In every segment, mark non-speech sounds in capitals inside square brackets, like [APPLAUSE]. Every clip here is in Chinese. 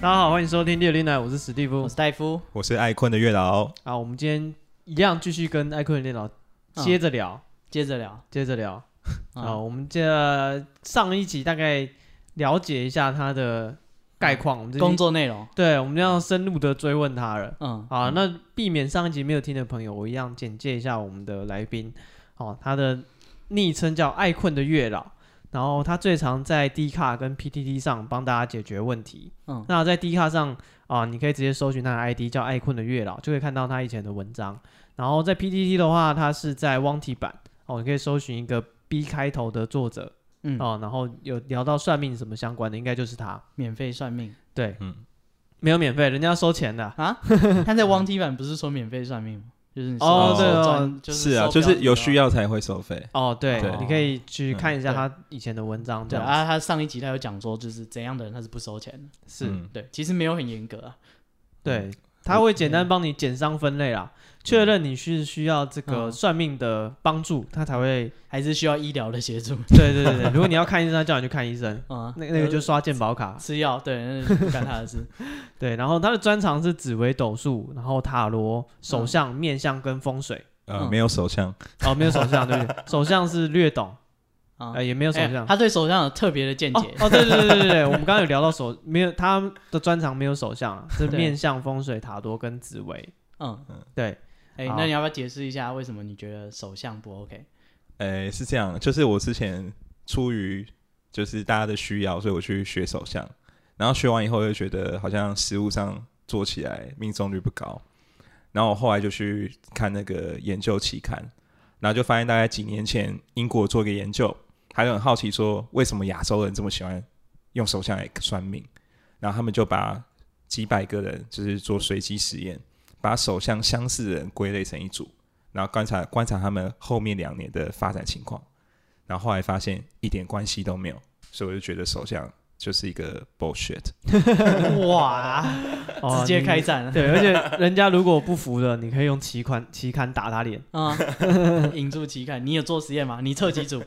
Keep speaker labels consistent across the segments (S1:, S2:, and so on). S1: 欢迎收听《六零奶》，我是史蒂夫
S2: 我。是戴夫，
S3: 我是爱困的月老，
S1: 啊，我们今天一样继续跟艾克人电脑
S2: 嗯
S1: 接着聊，
S2: 接着聊
S1: 接着聊。啊，
S2: 啊，
S1: 我们这上一集大概了解一下他的概况，我们这集
S2: 工，作内容，
S1: 对，我们要深入的追问他了。
S2: 哦嗯，
S1: 啊，那避免上一集没有听的朋友，我一样简介一下我们的来宾。哦，他的昵称叫爱困的月老，然后他最常在 D 卡跟 PTT 上帮大家解决问题。
S2: 嗯
S1: 那在 D 卡上啊，你可以直接搜寻他的 ID 叫爱困的月老，就可以看到他以前的文章。然后在 PTT 的话，他是在汪体版哦，你可以搜寻一个 B 开头的作者，
S2: 嗯
S1: 哦，然后有聊到算命什么相关的，应该就是他。
S2: 免费算命
S1: 对，
S3: 嗯
S1: 没有免费，人家要收钱的。
S2: 啊？ [LAUGHS] 他在汪 T 版不是说免费算命吗？就是你
S1: 哦
S2: 收
S3: 对
S2: 收
S1: 哦
S2: 专就是
S3: 啊，
S2: 收
S3: 就是有
S2: 标题
S3: 需要才会收费，
S1: 哦，对，
S3: 对
S1: 你可以去看一下
S2: 嗯
S1: 他以前的文章，这
S2: 对
S1: 样、
S2: 啊。他上一集他有讲说，就是怎样的人他是不收钱的，
S1: 是、
S3: 嗯
S2: 对，其实没有很严格啊，
S1: 对，他会简单帮你减伤分类啦，确认你是需要这个
S2: 嗯
S1: 算命的帮助，他才会。
S2: 还是需要医疗的
S1: [LAUGHS]
S2: 协助
S1: 对对对对，如果你要看医生，他叫你去看医生，
S2: 啊。
S1: 那那个就刷健保卡。
S2: 吃药，对，那就不干他
S1: [LAUGHS]
S2: 的事。
S1: 对，然后他的专长是紫微斗数，然后塔罗、手相、面相跟风水。
S3: 呃，
S2: 嗯
S3: 没有手枪，
S1: 哦，没有手相，对不对？手相是略懂，
S2: 啊
S1: 呃，，也没有手
S2: 哎
S1: 相。
S2: 他对手相有特别的见
S1: 哦
S2: 解，
S1: 哦，对对对对对，我们刚刚有聊到手，没有他的专长没有手相啊，是
S2: 对
S1: 面相、风水、塔罗跟紫微。
S2: 嗯，
S1: 哦对，
S2: 哎，
S1: 好
S2: 那你要不要解释一下为什么你觉得手相不 OK？
S3: 诶，是这样，就是我之前出于就是大家的需要，所以我去学手相，然后学完以后又觉得好像实物上做起来命中率不高，然后我后来就去看那个研究期刊，然后就发现大概几年前英国做一个研究，他就很好奇说为什么亚洲人这么喜欢用手相来算命，然后他们就把几百个人就是做随机实验，把手相相似的人归类成一组。然后观察观察他们后面两年的发展情况，然后后来发现一点关系都没有，所以我就觉得首相就是一个 bullshit。
S2: 哇，
S1: 哦
S2: 直接
S1: 你
S2: 开战了
S1: 对，而且人家如果不服了，你可以用期刊期刊打他脸。
S2: 啊！ [LAUGHS] 引住期看，你有做实验吗？你测几
S1: [LAUGHS]
S2: 组？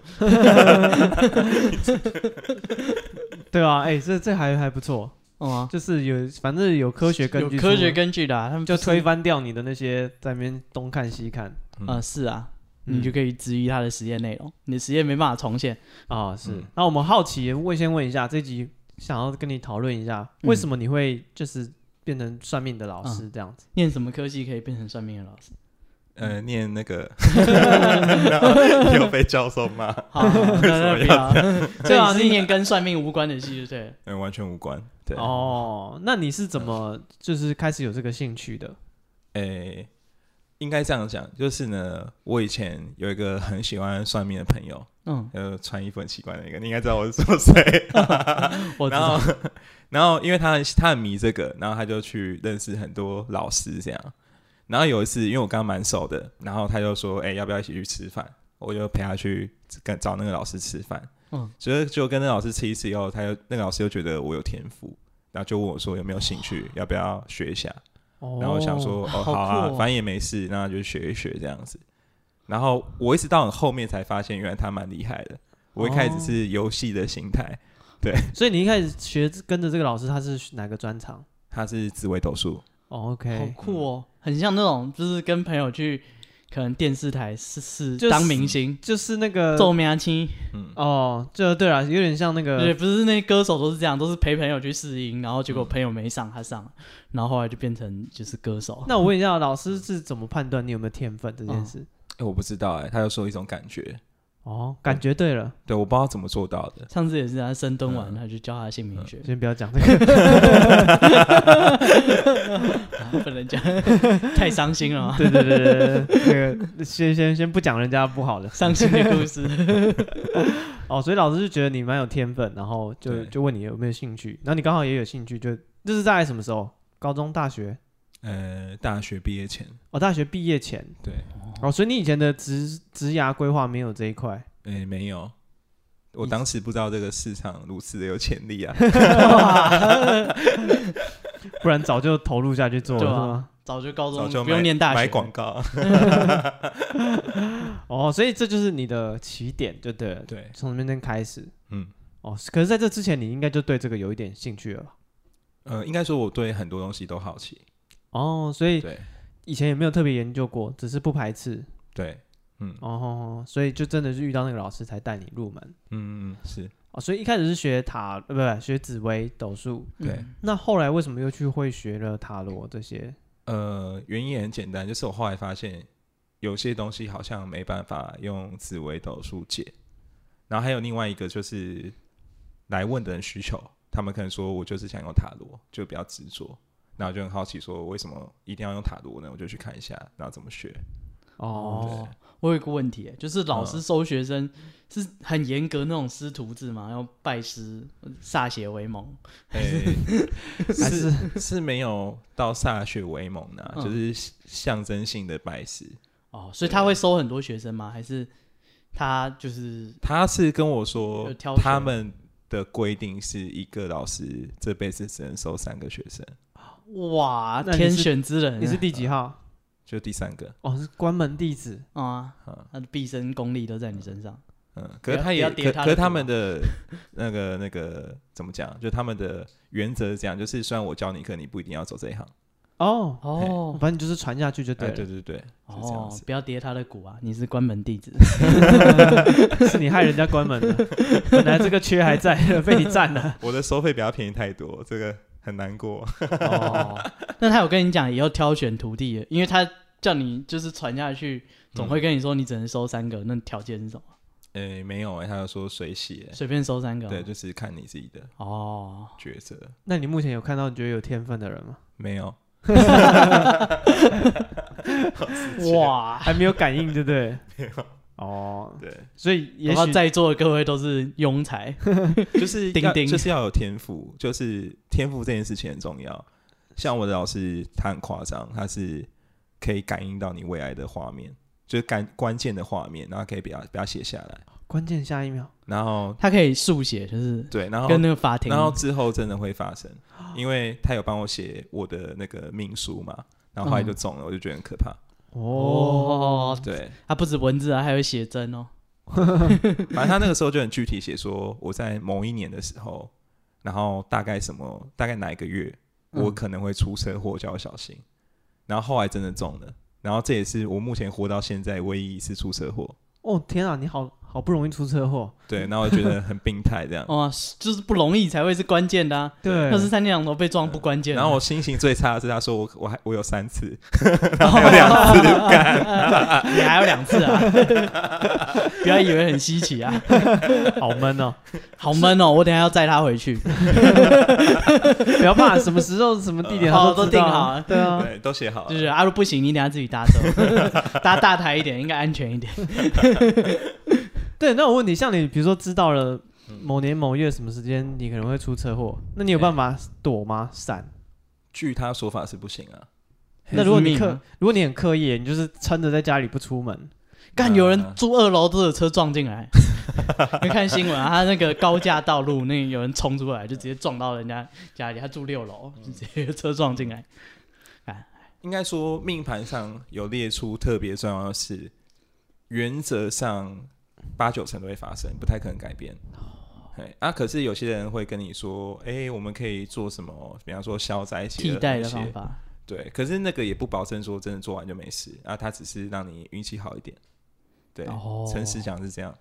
S1: 对啊，哎、这这还还不错，
S2: 哦，
S1: 就是有反正有科学根
S2: 有
S1: 据出来，
S2: 科学根据的啊，他们
S1: 就
S2: 不是
S1: 推翻掉你的那些在那边东看西看
S2: 啊，是啊，
S1: 嗯
S2: 你就可以质疑他的实验内容，你的实验没办法重现。
S1: 啊、是
S3: 嗯，
S1: 那、我们好奇，我先问一下，这集想要跟你讨论一下，
S2: 嗯
S1: 为什么你会就是变成算命的老师这样子？
S2: 念什么科系可以变成算命的老
S1: [LAUGHS]
S2: 师？
S3: 呃，念那个然后又被教授骂，
S2: 好， [LAUGHS] 好好那那
S1: [LAUGHS]
S2: 不要，
S1: 对
S2: 最
S1: 啊
S2: 好是念跟算命无关的系，
S1: [LAUGHS]
S2: 就对了。
S3: 嗯，完全无关。对，
S1: 哦，那你是怎么就是开始有这个兴趣的？
S3: 诶，应该这样讲，就是呢，我以前有一个很喜欢算命的朋友，
S2: 嗯，
S3: 呃，穿衣服很奇怪的一个，你应该知道我是说谁。
S1: 啊
S2: 我知
S3: 然
S2: 道。
S3: 后， [LAUGHS] 然后因为他很他很迷这个，然后他就去认识很多老师这样。然后有一次，因为我刚刚蛮熟的，然后他就说：“哎、要不要一起去吃饭？”我就陪他去跟找那个老师吃饭。
S2: 嗯
S3: 嗯，所以就跟那个老师吃一次以后，他就那个老师就觉得我有天赋，然后就问我说有没有兴趣，要不要学一下。
S1: 哦，
S3: 然后我想，说，哦，
S2: 好
S3: 好啊，
S2: 酷哦
S3: 反正也没事，那就学一学这样子。然后我一直到很后面才发现，原来他蛮厉害的。我一开始
S1: 哦
S3: 是游戏的心态，
S1: 所以你一开始学跟着这个老师，他是哪个专长？
S3: 他是紫微斗数，
S1: 哦，OK，
S2: 好酷哦，很像那种就是跟朋友去可能电视台是是
S1: 就是呃
S2: 当明星。
S1: 就是那个
S2: 做明星，
S3: 嗯，
S1: 哦，这对了，有点像 [LAUGHS] 那个
S2: 对，不是那些歌手都是这样，都是陪朋友去试音，然后结果
S1: 嗯
S2: 朋友没上，他上了，然后后来就变成就是歌手。
S1: 那我问一下，老师是怎么判断你有没有天分这件事？
S3: 欸我不知道哎、他就说一种感觉，
S1: 哦，感觉对了，
S3: 对，我不知道怎么做到的。
S2: 上次也是啊他深蹲
S1: 嗯
S2: 完，他就教他姓名学，
S1: 先不要讲这个。
S2: 啊不能讲， [LAUGHS] 太伤心了
S1: [LAUGHS]
S2: 嘛，
S1: 对对对对对， [LAUGHS] 那个先先先不讲人家不好的
S2: 伤心的故事。 [LAUGHS]
S1: 哦，所以老师就觉得你蛮有天分，然后就
S3: 对
S1: 就问你有没有兴趣，然后你刚好也有兴趣，就这是在什么时候？高中、大学？
S3: 呃，大学毕业前，
S1: 哦，大学毕业前
S3: 对，
S1: 哦，所以你以前的职职涯规划没有这一块， [LAUGHS]
S3: 哎、没有，我当时不知道这个市场如此的有潜力啊。
S1: 不然早就投入下去做了，
S2: 对
S1: 是
S2: 啊
S1: 吗？
S2: 早就高
S3: 早
S2: 中
S3: 就
S2: 不用
S3: 买
S2: 念大学，
S3: 买广告
S2: [LAUGHS]
S3: 啊，
S1: 哦，所以这就是你的起点，就对了，
S3: 对，
S1: 从那边开始。
S3: 嗯，
S1: 哦，是可是在这之前，你应该就对这个有一点兴趣了吧？
S3: 呃，应该说我对很多东西都好奇。
S1: 哦，所以
S3: 对
S1: 以前也没有特别研究过，只是不排斥
S3: 对，嗯
S1: 哦，所以就真的是遇到那个老师才带你入门
S3: 嗯嗯是
S1: 哦，所以一开始是学塔，呃，不不学紫薇斗数，
S3: 对。
S2: 嗯
S1: 那后来为什么又去会学了塔罗这些？
S3: 呃，原因也很简单，就是我后来发现有些东西好像没办法用紫微斗数解，然后还有另外一个就是来问的人需求，他们可能说我就是想用塔罗，就比较执着，然后就很好奇说为什么一定要用塔罗呢？我就去看一下，然后怎么学。哎
S1: 哦， [LAUGHS]
S2: 我有一个问题，就是老
S3: 嗯
S2: 师收学生是很严格那种师徒制嘛，要拜师歃血为盟。
S3: 哎、
S1: 还
S3: 是是没有到歃血为盟呢、
S2: 嗯
S3: 就是象征性的拜师。
S2: 哦，所以他会收很多学生吗？还是他就是
S3: 他是跟我说
S2: 有挑，选
S3: 他们的规定是一个老师这辈子只能收三个学生，
S2: 哇
S1: 那你
S2: 天
S1: 是
S2: 选之人？啊
S1: 你是第几号？
S3: 就第三个，
S1: 哦，是关门弟子
S2: 啊
S3: 嗯，
S2: 他的毕生功力都在你身上。
S3: 嗯，可是
S2: 不要
S3: 他
S2: 不
S3: 也
S2: 要跌
S3: 可
S2: 他的啊
S3: 可是
S2: 头
S3: 他们的那个那个怎么讲？就他们的原则是这样，就是虽然我教你课，你不一定要走这一行。
S1: 哦，
S2: 哦
S1: 反正你就是传下去就对
S3: 哎，对
S1: 了，
S3: 对对， [LAUGHS] 是这样
S2: 哦
S3: 子，。
S2: 不要跌他的鼓啊！你是关门弟子。
S1: [LAUGHS] 是你害人家关门的，本来这个缺还在， [LAUGHS] 被你占了。
S3: 我的收费比他便宜太多，这个很难
S2: [LAUGHS]
S3: 过。
S2: 哦，那他有跟你讲也要挑选徒弟的，因为他叫你就是传下去，总会跟你说你只能收三个，那条件是什么？
S3: 哎，没有哎，他就说水洗哎，
S2: 随便收三个吗。
S3: 对，就是看你自己的
S2: 哦，
S3: 抉择。
S1: 那你目前有看到你觉得有天分的人吗？
S3: 没有，
S1: [LAUGHS]
S2: 哇！
S1: 还没有感应，对不对？哦，
S3: 对，
S1: 所以也
S2: 然后
S1: 许
S2: 在座的各位都是庸才，
S3: [LAUGHS] 就是
S2: 钉
S3: 要
S2: 钉
S3: 就是要有天赋，就是天赋这件事情很重要。像我的老师，他很夸张，他是可以感应到你未来的画面，就是感关键的画面，然后可以把它把它写下来，
S1: 关键下一秒
S3: 然后
S2: 他可以速写，就是
S3: 对，然后
S2: 跟那个法庭
S3: 然后之后真的会发生，因为他有帮我写我的那个命书嘛，然后后来就中了，我就觉得很可怕。
S1: 哦，
S2: 哦，
S3: 对，
S2: 他不止文字啊，还有写真哦。
S3: 反正他那个时候就很具体写说，我在某一年的时候，然后大概什么，大概哪一个月，
S2: 嗯
S3: 我可能会出车祸，就要小心。然后后来真的中了，然后这也是我目前活到现在唯一一次出车祸。
S1: 哦天啊，你好好不容易出车祸，
S3: 对，然后我觉得很病态这样。
S2: [LAUGHS] 哦，就是不容易才会是关键的啊。
S1: 对
S2: 要是三天两头被撞不关键啊，
S3: 然后
S2: [LAUGHS]
S3: 我心情最差的是，他说我我还我有三次，
S2: 还有两次， [LAUGHS] 你还有两次啊！ [LAUGHS] 不要以为很稀奇啊，
S1: 好闷哦，
S2: 好闷哦！我等一下要载他回去。
S1: 不要怕，什么时候什么地点他
S2: 哦都
S1: 知道
S2: 定好了
S1: 对啊，
S3: 对，都写好
S2: 就
S3: 了。
S2: 是啊，如果不行，你等一下自己搭车，搭大台一点，应该安全一点。
S1: 对。那我问你，像你比如说知道了某年某月什么时间你可能会出车祸，那你有办法躲吗？闪？
S3: 据他说法是不行啊，
S1: 那如果你
S2: 命
S1: 刻
S2: 啊，
S1: 如果你很刻意，你就是撑着在家里不出门，
S2: 干有人住二楼都有车撞进来， [LAUGHS] 你看新闻啊，他那个高架道路那有人冲出来，就直接撞到人家家里，他住六楼，就直接车撞进来。
S3: 应该说命盘上有列出特别重要的事，原则上八九成都会发生，不太可能改变。嘿啊，可是有些人会跟你说，哎、我们可以做什么？比方说消灾解
S2: 替
S3: 厄
S2: 代
S3: 那
S2: 的
S3: 些
S2: 方法，
S3: 对，可是那个也不保证说真的做完就没事啊，他只是让你运气好一点。对，
S2: 哦
S3: 诚实讲是这样。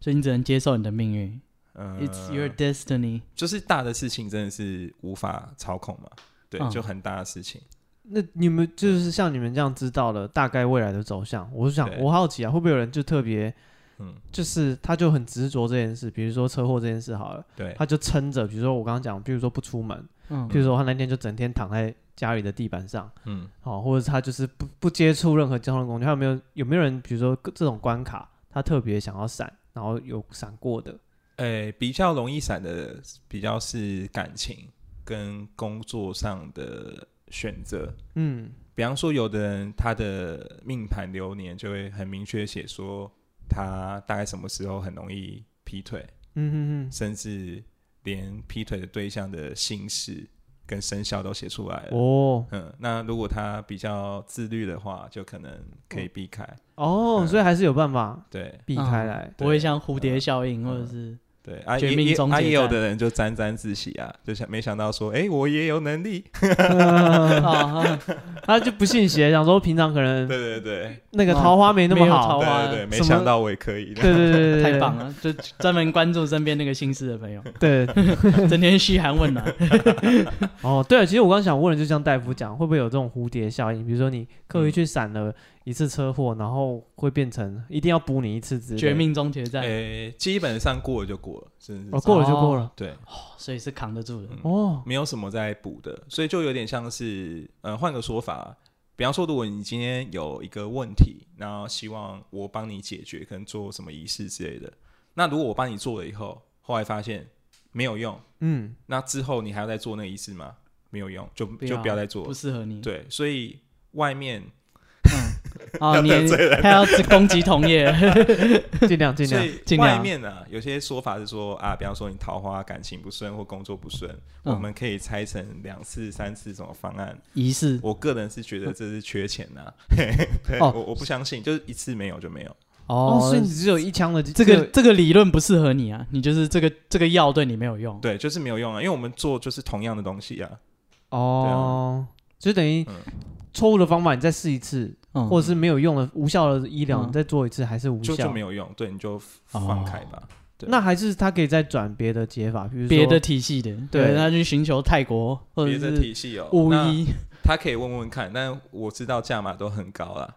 S2: 所以你只能接受你的命运。
S3: 嗯、
S2: It's your destiny。
S3: 就是大的事情真的是无法操控嘛，对，
S2: 嗯
S3: 就很大的事情。
S1: 那你们就是像你们这样知道了大概未来的走向，我是想
S3: 对
S1: 我好奇啊，会不会有人就特别，
S3: 嗯
S1: 就是他就很执着这件事，比如说车祸这件事好了，
S3: 对，
S1: 他就撑着，比如说我刚刚讲，比如说不出门，
S2: 嗯
S1: 比如说他那天就整天躺在家里的地板上，
S3: 嗯，
S1: 哦，或者是他就是不不接触任何交通工具，他有没有有没有人，比如说这种关卡，他特别想要闪，然后有闪过的，
S3: 诶、呃比较容易闪的比较是感情跟工作上的选择。
S1: 嗯，
S3: 比方说，有的人他的命盘流年就会很明确写说，他大概什么时候很容易劈腿，
S1: 嗯嗯
S3: 甚至连劈腿的对象的姓氏跟生肖都写出来
S1: 嗯，
S3: 了。
S1: 哦
S3: 嗯，那如果他比较自律的话，就可能可
S2: 哦
S3: 以避开。
S1: 哦，所以还是有办法
S3: 对，
S1: 避开来，
S2: 不会像蝴蝶效应或者是
S3: 对啊，
S2: 绝
S3: 也
S2: 命
S3: 也
S2: 终
S3: 啊，
S2: 结
S3: 也有
S2: 战
S3: 的人就沾沾自喜啊，就想没想到说，哎、我也有能力。
S2: 嗯啊，
S1: [LAUGHS] 他就不信邪，想说平常可能
S3: 对对对
S1: 那个桃花没那么
S2: 嗯没有桃
S1: 好
S2: 花，
S3: 对对对，
S1: 哦
S3: 没
S1: 什么
S3: 想到我也可以。
S1: 对对对对，对
S2: [LAUGHS] [LAUGHS] 太棒，了！就专门关注身边那个姓氏的朋友，
S1: 对，
S2: 整天嘘寒问暖。
S1: 哦，对了，其实我刚想问的，就像戴夫讲，会不会有这种蝴蝶效应？比如说你
S2: 嗯
S1: 刻意去闪了一次车祸，然后会变成一定要补你一次之类的
S2: 绝，命终结
S3: 哎、
S2: 战，
S3: 基本上过了就过了，真的
S1: 哦，
S3: 是
S1: 过了就过了。
S3: 对，
S2: 哦所以是扛得住
S3: 嗯
S2: 的。
S1: 哦，
S3: 没有什么在补的，所以就有点像是，呃，换个说法，比方说，如果你今天有一个问题，然后希望我帮你解决，可能做什么仪式之类的，那如果我帮你做了以后，后来发现没有用，
S1: 嗯，
S3: 那之后你还要再做那个仪式吗？没有用，就
S2: 要
S3: 就不要再做
S2: 不
S3: 了。
S2: 适合你。
S3: 对，所以外面，
S2: 嗯，哦，你
S3: 啊
S2: 他要攻击同业， [LAUGHS]
S1: [LAUGHS] 尽量尽
S3: 所
S1: 量，
S3: 以
S2: 尽
S3: 外
S2: 量
S3: 面呢、啊，有些说法是说啊，比方说你桃花感情不顺或工作不顺，我
S2: 嗯
S3: 们可以拆成两次、三次什么方案。
S2: 仪式
S3: 我个人是觉得这是缺钱
S2: [LAUGHS]
S3: 呐、对，
S2: 哦
S3: 我我不相信，就是一次没有就没有。
S1: 哦，
S2: 哦
S1: 所以你只有一枪的
S2: 这
S3: 啊
S2: 个这个理论不适合你啊，你就是这个这个药对你没有用。
S3: 对，就是没有用啊，因为我们做就是同样的东西啊。
S1: 哦，就等于
S3: 嗯
S1: 错误的方法，你再试一次，
S2: 嗯，
S1: 或者是没有用的无效的医疗，
S2: 嗯
S1: 你再做一次还是无
S3: 就就
S1: 效
S3: 没。有用，对，你就放开吧。对
S1: 那还是他可以再转别的解法，比如说啊
S2: 别的体系的，
S1: 对
S2: 对，他去寻求泰国或
S3: 别
S2: 者
S3: 的
S2: 是
S3: 体系哦，
S2: 巫
S3: 那
S2: 医，
S3: 他可以问问看，但我知道价码都很高啦，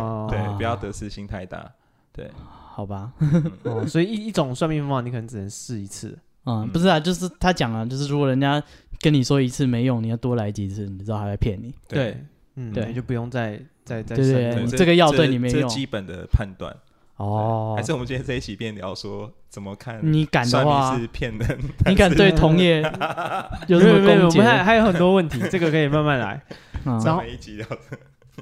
S1: 哦
S3: 对，不要得失心太大。对，嗯 [LAUGHS]
S2: 好吧？ [LAUGHS]
S1: 哦，所以一一种算命方法，你可能只能试一次。
S2: 嗯，
S3: 嗯
S2: 不是啊，就是他讲啊，就是如果人家跟你说一次没用，你要多来几次，你知道他在骗你。
S3: 对，
S1: 嗯，
S2: 对
S1: 你就不用再再再
S2: 对对
S1: 深入
S2: 对
S1: 了
S2: 这个药对你
S3: 这
S2: 没
S3: 这
S2: 用
S3: 基本的判断。
S2: 哦
S3: 还是我们今天这一起便聊说怎么看
S2: 你敢的
S3: 算命
S2: 话，
S3: 是骗人，
S2: 你敢对
S3: [LAUGHS]
S2: 同业有什
S1: 没有没
S2: 么
S1: 有没有
S2: 攻
S1: 我
S2: 击
S1: 们？还还有很多问 [LAUGHS] 题，这个可以慢慢来。
S2: 嗯
S1: 然
S3: 咱
S1: 后
S3: 们一集聊 [LAUGHS]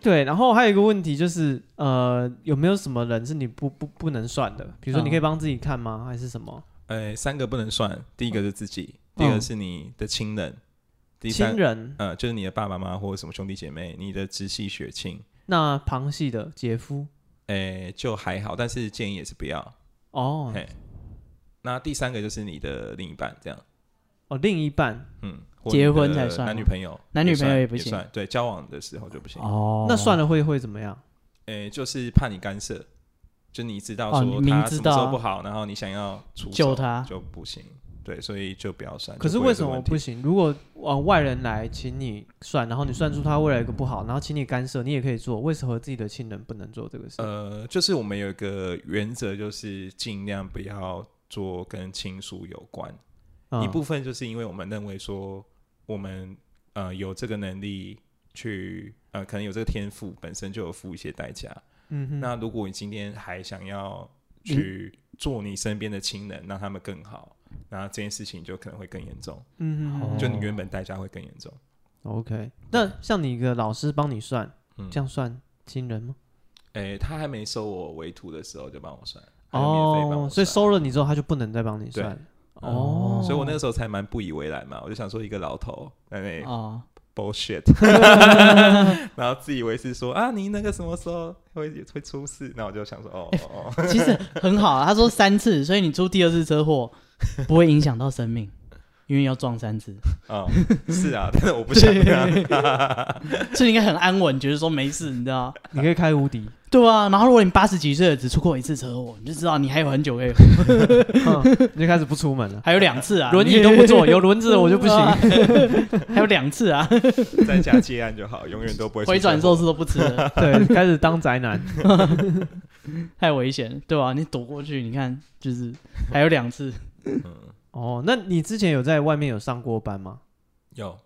S1: 对，然后还有一个问题就是，呃，有没有什么人是你不不不能算的？比如说，你可以
S2: 嗯
S1: 帮自己看吗？还是什么？
S3: 呃，三个不能算，第一个是自己，
S2: 嗯
S3: 第二个是你的亲人，第
S1: 亲
S3: 三
S1: 人？
S3: 呃就是你的爸爸妈妈或者什么兄弟姐妹，你的直系血亲，
S1: 那旁系的姐夫？
S3: 诶就还好，但是建议也是不要。
S1: 哦
S3: 嘿那第三个就是你的另一半这样，
S1: 哦，另一半。
S3: 嗯，或
S2: 结
S3: 你的
S2: 婚才算
S3: 男
S2: 吗
S3: 女朋友，
S2: 男女朋友
S3: 也
S2: 也
S3: 算
S2: 不行
S3: 算对，交往的时候就不行，
S2: 哦，
S1: 那算
S2: 了，
S1: 了会会怎么样？
S3: 诶就是怕你干涉，就你知道
S2: 哦
S3: 说
S2: 你明
S3: 他什
S2: 知
S3: 么时
S2: 道
S3: 候
S2: 啊
S3: 不好，然后你想要出
S2: 救
S3: 手
S2: 他
S3: 就不行，对，所以就不要算。
S1: 啊可是
S3: 就不
S1: 为
S3: 会有
S1: 什
S3: 这个
S1: 么
S3: 问题
S1: 不行？如果往外人来请你算，然后你算出他未来一个不好，然后请你干涉，你也可以做，为什么自己的亲人不能做这个事？
S3: 呃，就是我们有一个原则，就是尽量不要做跟亲属有关。
S1: 嗯
S3: 一部分就是因为我们认为说，我们呃有这个能力去呃，可能有这个天赋，本身就有付一些代价。
S1: 嗯哼，
S3: 那如果你今天还想要去做你身边的亲人，让他们更好，那这件事情就可能会更严重，
S1: 嗯哼，哦
S2: 哦
S3: 就你原本代价会更严重。
S1: OK，那像你一个老师帮你算，
S3: 嗯
S1: 这样算亲人吗？
S3: 诶、他还没收我为徒的时候就帮我算，还有免费帮
S1: 哦
S3: 我，
S1: 所以
S3: 算
S1: 收了你之后，他就不能再帮你算。
S3: 对 [LAUGHS]
S1: 哦，
S3: 所以我那个时候才蛮不以为然嘛，我就想说一个老头在那里
S2: 哦，
S1: [LAUGHS]
S3: bullshit，然后自以为是说啊，你那个什么时候会会出事？那我就想说哦哦，哦
S2: [LAUGHS] 其实很好啊。他说三次，所以你出第二次车
S1: [LAUGHS]
S2: 祸不会影响到生命，因为要撞
S1: [LAUGHS]
S2: 三次，
S3: 哦，是啊，但是我不想啊，
S2: [LAUGHS] 所以你应该很安稳，觉得说没事，你知道吗？
S1: 你可以开无
S3: [LAUGHS]
S1: 敌。
S2: 对啊。然后如果你八十几岁了只出过一次车祸，你就知道你还有很久可以，。
S1: 嗯你就开始不出门了
S2: 还有两次啊，
S1: 轮椅
S2: 你
S1: 都不
S2: [LAUGHS]
S1: 坐，有轮子的我就不行。
S2: 还有两
S1: [LAUGHS]
S2: 次啊， [LAUGHS]
S3: 在家接案就好，永远都不会出
S2: 回转
S3: 车
S2: 寿
S3: 祸
S2: 司都不吃了，
S1: 对，开始当宅男。
S2: [LAUGHS] 太危险了，对吧、你躲过去，你看就是还有两次，
S1: 哦，那你之前有在外面有上过班吗？
S3: 有。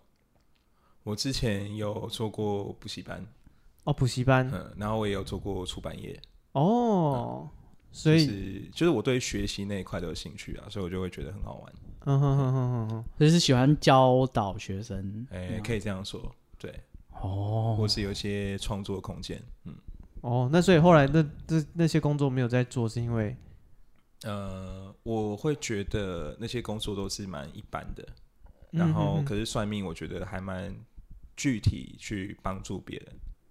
S3: 我之前有做过补习班，
S1: 哦，补习班。
S3: 嗯，然后我也有做过出版业，
S1: 哦，所
S3: 就
S1: 以，
S3: 是就是我对学习那一块都有兴趣啊，所以我就会觉得很好玩，
S1: 嗯哼哼哼哼哼，
S2: 就是喜欢教导学生。
S3: 哎、可以这样说，对，
S2: 哦
S3: 或，是有一些创作空间，嗯，
S1: 哦，那所以后来那那那些工作没有在做，是因为
S3: 呃，我会觉得那些工作都是蛮一般的，然后
S1: 嗯哼哼
S3: 可是算命，我觉得还蛮具体去帮助别人，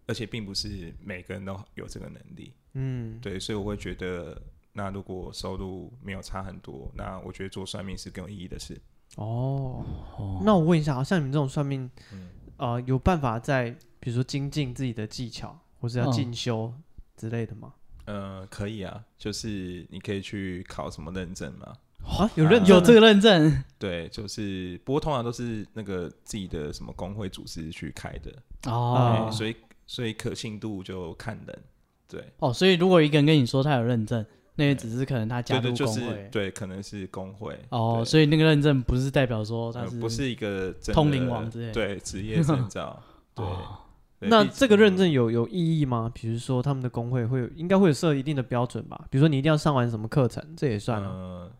S3: 而且并不是每个人都有这个能力，
S1: 嗯，
S3: 对，所以我会觉得那如果收入没有差很多，那我觉得做算命是更有意义的事。
S1: 哦，
S2: 哦，
S1: 那我问一下，像你们这种算命，
S3: 嗯
S1: 呃，有办法在比如说精进自己的技巧，或是要
S2: 嗯
S1: 进修之类的吗？
S3: 呃，可以啊，就是你可以去考什么认证嘛。
S1: 啊，有认
S2: 有这
S1: 个
S2: 个认证
S3: 对，就是不过通常都是那个自己的什么工会组织去开的，
S1: 哦
S2: 啊
S3: 哎所以所以可信度就看人。对，
S2: 哦，所以如果一个人跟你说他有认证，那也只是可能他加
S3: 哎对
S2: 入
S3: 对，
S2: 工会。
S3: 就是对，可能是工会
S2: 哦，
S3: 对
S2: 所以那个认证不是代表说他
S3: 呃
S2: 是、
S3: 不是一个真的
S2: 通灵王之类的
S3: 对职业证
S2: [LAUGHS]
S3: 照，对
S2: 哦。
S3: 对
S1: 那
S3: 毕
S1: 这个
S3: 竟
S1: 认证有有意义吗？比如说他们的工会会有，应该会有设一定的标准吧？比如说你一定要上完什么课程，这也算啊。
S3: 呃，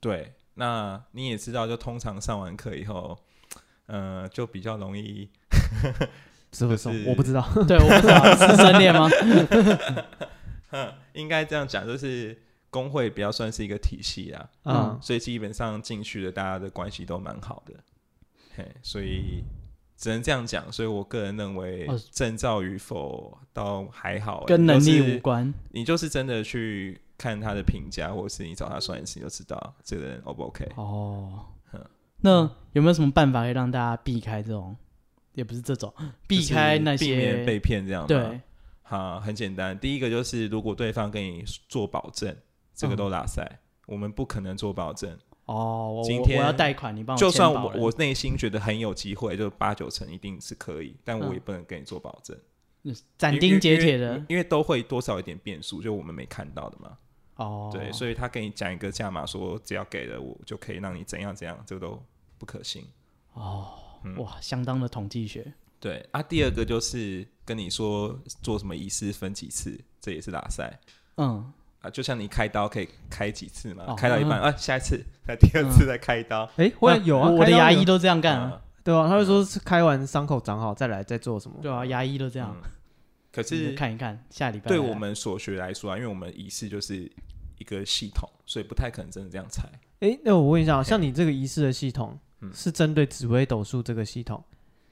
S3: 对，那你也知道，就通常上完课以后，呃，就比较容易，
S1: 是不
S3: 就是是
S1: 我不知道。
S2: [LAUGHS] 对，我不知道师生
S3: [LAUGHS]
S2: 恋吗？
S3: 应该这样讲，就是工会比较算是一个体系啦，
S1: 嗯，
S3: 所以基本上进去的大家的关系都蛮好的，嘿，所以只能这样讲。所以我个人认为
S2: 哦，
S3: 证照与否倒还好、欸，
S2: 跟能
S3: 就
S2: 力
S3: 是
S2: 无关。
S3: 你就是真的去看他的评价，或者是你找他算一次，你就知道这个人 O 不 OK。
S2: 哦
S3: 哼，
S2: 那有没有什么办法可以让大家避开这种， [LAUGHS] 也不是这种，避开那
S3: 就是避免
S2: 些
S3: 被啊骗这样吗
S2: 对
S3: 好，很简单。第一个就是，如果对方跟你做保证，这
S2: 嗯
S3: 个都拉塞，我们不可能做保证。
S2: 哦，我
S3: 今
S2: 我
S3: 天
S2: 我要贷款，你帮我
S3: 就
S2: 签
S3: 算
S2: 保
S3: 我
S2: 人
S3: 我内心觉得很有机会，就八九成一定是可以，但
S2: 嗯
S3: 我也不能跟你做保证。
S2: 斩钉截铁
S3: 因为因
S2: 的
S3: 为因为都会多少有点变数，就我们没看到的嘛。
S2: 哦，
S3: 对，所以他跟你讲一个价码，说只要给了我就可以让你怎样怎样，这个都不可信。嗯
S2: 哇，相当的统计学
S3: 对啊，第二个就是跟你说做什么仪式分几次，这也是拉塞。
S2: 嗯，
S3: 啊，就像你开刀可以开几次嘛，
S2: 哦
S3: 开到一半，啊，下一次，再第二次再开刀。
S1: 哎，会有啊，
S2: 我我的
S1: 开刀
S2: 牙
S1: 有
S2: 医都这样干啊，
S3: 啊
S1: 对啊，他会说是开完伤口长好再来再做什么。
S2: 对啊，牙医都这样
S3: 嗯，可
S2: 你
S3: 是
S2: 就看一看下礼拜
S3: 对
S2: 来
S3: 我们所学来说啊，因为我们仪式就是一个系统，所以不太可能真的这样拆。
S1: 哎，那我问一下，像你这个仪式的系统是针对紫微斗数这个系统，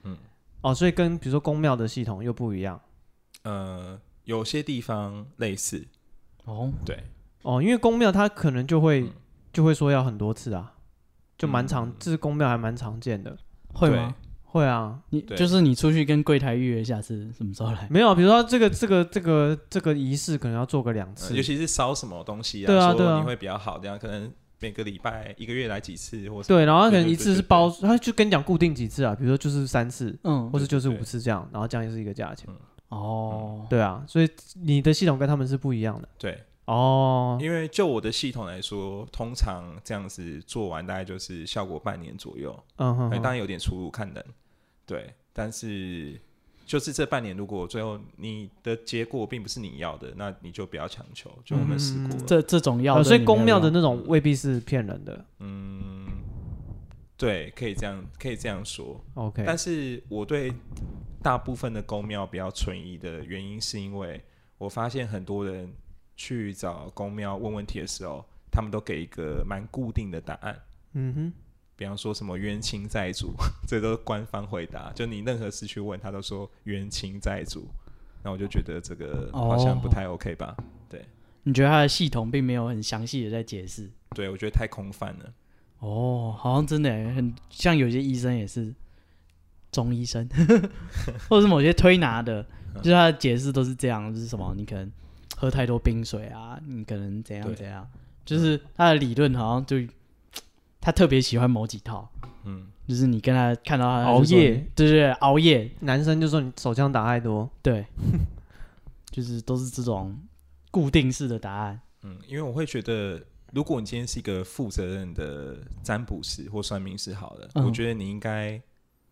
S3: 嗯，
S1: 哦，所以跟比如说宫庙的系统又不一样
S3: 呃，有些地方类似，
S2: 哦，
S3: 对，
S1: 哦，因为宫庙它可能就会
S3: 嗯
S1: 就会说要很多次啊，就蛮
S3: 嗯
S1: 常，这宫庙还蛮常见的。
S2: 会
S3: 对
S2: 吗？
S1: 会啊，
S2: 你
S3: 对
S2: 就是你出去跟柜台预约一下是什么时候
S3: 哎
S2: 来？
S1: 没有啊，比如说这个这个这个这个仪式可能要做个两
S3: 呃
S1: 次
S3: 尤，其是烧什么东西
S1: 对啊对
S3: 说
S1: 啊
S3: 你会比较好，这样可能每个礼拜一个月来几次，或是
S1: 对，然后他可
S3: 对
S1: 能
S3: 对
S1: 一
S3: 对
S1: 次
S3: 对
S1: 是
S3: 对
S1: 包，他就跟你讲固定几次啊，比如说就是三次，
S2: 嗯
S1: 或，是就是
S3: 对嗯
S1: 五次这样，然后这样就是一个价钱。
S2: 哦，
S1: 对啊，所以你的系统跟他们是不一样的
S3: 对，
S1: 哦。
S3: 因为就我的系统来说，通常这样子做完大概就是效果半年左右。
S1: 嗯哼
S3: 哎，当
S1: 哼，
S3: 然有点出入，看人。对，但是就是这半年，如果最后你的结果并不是你要的，那你就不要强求。就我们试过了，
S2: 这这种药
S1: 呃
S2: 的
S1: 所以
S2: 你没有
S1: 宫庙的
S2: 用
S1: 那种未必是骗人的。
S3: 嗯，对，可以这样，可以这样说。
S1: OK，
S3: 但是我对大部分的公庙比较存疑的原因，是因为我发现很多人去找公庙问问题的时候，他们都给一个蛮固定的答案。
S1: 嗯哼，
S3: 比方说什么冤亲债主， [LAUGHS] 这都是官方回答，就你任何事去问，他都说冤亲债主。那我就觉得这个好像不太 OK 吧？
S2: 你觉得它的系统并没有很详细的在解释？
S3: 对，我觉得太空泛了。
S2: 哦，好像真的耶很像有些医生也是中医生， [LAUGHS] 或者是某些推拿的，
S3: 嗯
S2: 就是他的解释都是这样，就是什么你可能喝太多冰水啊，你可能怎样
S3: 对
S2: 怎样，就是他的理论好像就他特别喜欢某几套，
S3: 嗯，
S2: 就是你跟他看到他
S1: 熬
S2: 就说你
S1: 夜，
S2: 对对对，熬夜，
S1: 男生就说你手枪打太多， [LAUGHS]
S2: 对，就是都是这种固定式的答案。
S3: 嗯，因为我会觉得，如果你今天是一个负责任的占卜师或算命师，好了，
S2: 嗯
S3: 我觉得你应该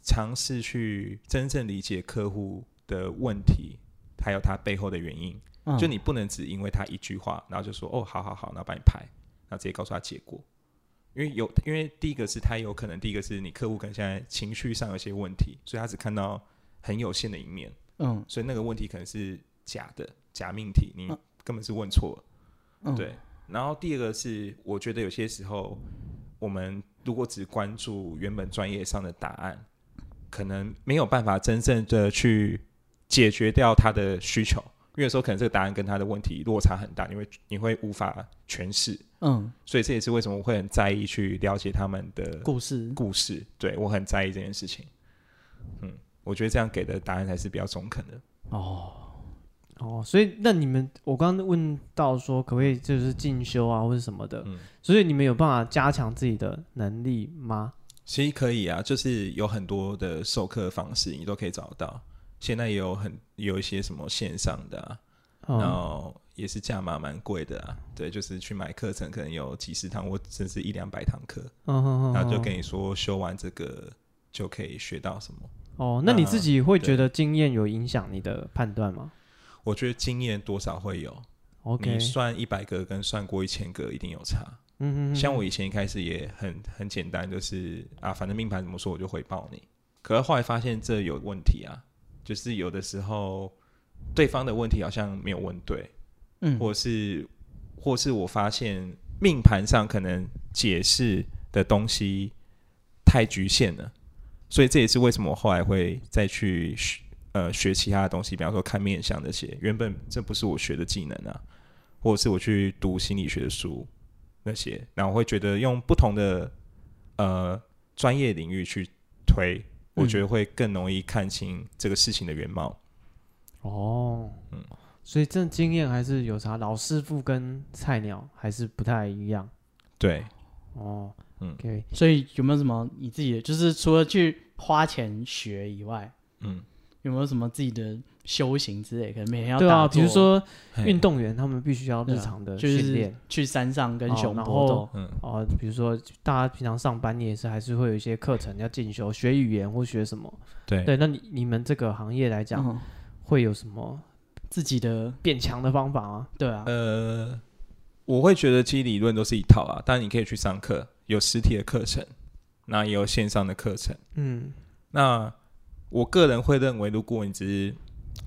S3: 尝试去真正理解客户的问题，还有他背后的原因。
S2: 嗯、
S3: 就你不能只因为他一句话，然后就说哦，好好好，然后帮你拍，然后直接告诉他结果。因为有，因为第一个是他有可能，第一个是你客户可能现在情绪上有些问题，所以他只看到很有限的一面，
S2: 嗯
S3: 所以那个问题可能是假的假命题，你根本是问错了。
S2: 嗯
S3: 对，然后第二个是，我觉得有些时候我们如果只关注原本专业上的答案，可能没有办法真正的去解决掉他的需求。因为有时候可能这个答案跟他的问题落差很大，你会你会无法诠释，
S2: 嗯，
S3: 所以这也是为什么我会很在意去了解他们的
S2: 故事
S3: 故事，对我很在意这件事情。嗯，我觉得这样给的答案才是比较中肯的。
S2: 哦，
S1: 哦，所以那你们，我刚刚问到说，可不可以就是进修啊，或者什么的，
S3: 嗯
S1: 所以你们有办法加强自己的能力吗？
S3: 其实可以啊，就是有很多的授课方式，你都可以找得到。现在也有很有一些什么线上的、啊，然
S1: 哦，
S3: 后也是价码蛮贵的啊。对，就是去买课程，可能有几十堂或甚至一两百堂课，
S1: 嗯哼
S3: 然后就
S1: 给
S3: 跟你说修完这个就可以学到什么。
S1: 哦，那你自己会
S3: 对
S1: 觉得经验有影响你的判断吗
S3: 我觉得经验多少会有，
S1: ？OK，
S3: 你算一百个跟算过一千个一定有差。
S1: 嗯嗯，
S3: 像我以前一开始也很很简单，就是啊，反正命盘怎么说我就回报你。可是后来发现这有问题啊，就是有的时候对方的问题好像没有问对，
S2: 嗯，
S3: 或是或是我发现命盘上可能解释的东西太局限了，所以这也是为什么我后来会再去学呃学其他的东西，比方说看面相这些，原本这不是我学的技能啊，或者是我去读心理学的书那些，然后我会觉得用不同的呃专业领域去推，我觉得会更容易看清这个事情的原貌。
S1: 哦，
S3: 嗯
S1: 所以这经验还是有差，老师傅跟菜鸟还是不太一样
S3: 对，
S1: 哦。
S3: 嗯
S1: OK，
S2: 所以有没有什么你自己的，就是除了去花钱学以外，
S3: 嗯，
S2: 有没有什么自己的修行之类？可能每天要
S1: 对啊，
S2: 打坐啊
S1: 比如说
S3: 嘿
S1: 运，动员他们必须要日常的
S2: 就
S1: 训练
S2: 是。去山上跟
S1: 哦
S2: 熊
S1: 然
S2: 搏
S1: 后
S2: 斗，
S3: 嗯
S1: 哦，比如说大家平常上班，你也是还是会有一些课程要进修，学语言或学什么。
S3: 对
S1: 对，那你你们这个行业来讲，
S2: 嗯
S1: 会有什么
S2: 自己的
S1: 变强的方法吗？
S2: 对啊，
S3: 呃，我会觉得其实理论都是一套啊，当然你可以去上课，有实体的课程，那也有线上的课程。
S1: 嗯，
S3: 那我个人会认为，如果你只是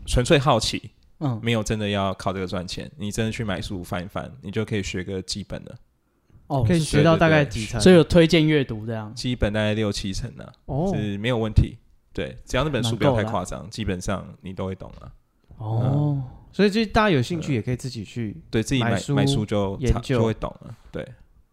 S3: 纯粹好奇，
S2: 嗯，
S3: 没有真的要靠这个赚钱，你真的去买书翻一翻，你就可以学个基本的，
S2: 哦，
S1: 可以
S2: 是
S1: 学到大概
S3: 对对
S1: 几成？
S2: 所以有推荐阅读这样，
S3: 基本大概六七成啊呢、
S1: 哦
S3: 是没有问题。对，只要那本书
S2: 蛮
S3: 不要
S2: 够
S3: 太
S2: 的啊
S3: 夸张，基本上你都会懂啊了、
S2: 哦，
S1: 所以就大家有兴趣也可以自己去。
S3: 对自己
S1: 买
S3: 买
S1: 书
S3: 买书就
S1: 研
S3: 差
S1: 究
S3: 就会懂了，对。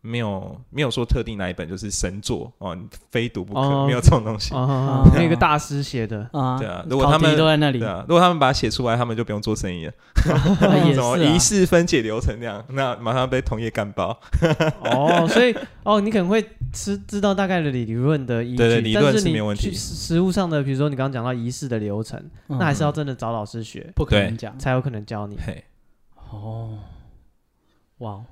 S3: 没有没有说特定哪一本就是神作哦，你非读不可，
S1: 哦
S3: 没有这种东西。
S1: 啊， [LAUGHS] 那个大师写的，
S2: 啊，
S3: 对啊如果他们
S2: 考题都在那里
S3: 对，啊，如果他们把它写出来，他们就不用做生意了。
S2: 也
S1: [LAUGHS]
S3: 什 [LAUGHS] 么
S2: 是啊
S3: 仪式分解流程那样，那马上被同业干爆。
S1: [LAUGHS] 哦，所以哦，你可能会知知道大概的理理论的依据，
S3: 对对理论
S1: 但是
S3: 是
S1: 你
S3: 没有问题
S1: 去实实物上的，比如说你刚刚讲到仪式的流程，
S2: 嗯
S1: 那还是要真的找老师学，
S2: 不可能
S3: 对
S2: 讲
S1: 才有可能教你。
S3: 嘿，
S2: 哦，哇，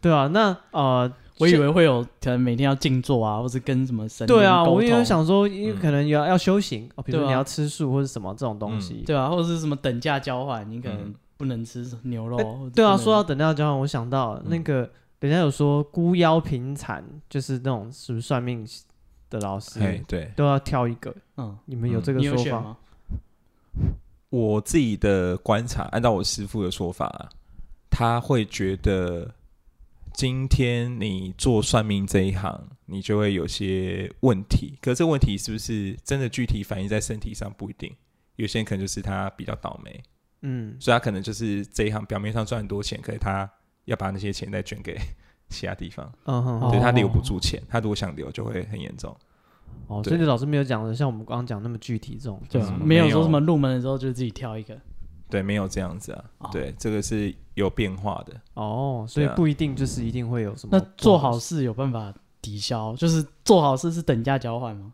S1: 对啊，那呃，
S2: [LAUGHS] 我以为会有可能每天要静坐啊，或是跟什么神
S1: 对啊，
S2: 灵沟
S1: 我也
S2: 通
S1: 有想说，因为
S3: 嗯
S1: 可能要要修行哦，比如
S2: 对
S1: 说
S2: 啊
S1: 你要吃素或者什么这种东西。
S2: 对啊，或者是什么等价交换，你可能
S3: 嗯
S2: 不能吃牛肉，或者
S1: 对啊，
S2: 不能
S1: 说到等价交换，我想到那
S3: 嗯
S1: 个人家有说孤妖平残，就是那种是不是算命的老师
S3: 嘿，对
S1: 都要挑一个，
S2: 嗯，
S1: 你们有
S3: 嗯
S1: 这个
S2: 你有
S1: 说
S2: 选
S1: 法？
S2: 吗？
S3: 我自己的观察，按照我师傅的说法啊，他会觉得今天你做算命这一行，你就会有些问题。可是这个问题是不是真的具体反映在身体上不一定？有些人可能就是他比较倒霉，
S1: 嗯，
S3: 所以他可能就是这一行表面上赚很多钱，可是他要把那些钱再捐给其他地方。
S1: 嗯哼
S2: 哦
S3: 对
S1: 哼，
S3: 他留不住钱，他如果想留就会很严重。
S1: 哦，
S3: 对
S1: 所以你老师没有讲的像我们刚刚讲那么具体这种，
S2: 对
S3: 什
S2: 啊，
S3: 么
S2: 没有
S3: 没有
S2: 说什么入门的时候就自己挑一个，
S3: 对，没有这样子啊。
S2: 哦
S3: 对，这个是有变化的。
S1: 哦，所以
S3: 对啊
S1: 不一定就是一定会有什么
S2: 那
S1: 不好的事。[LAUGHS]
S2: 做好事有办法抵消，就是做好事是等价交换吗？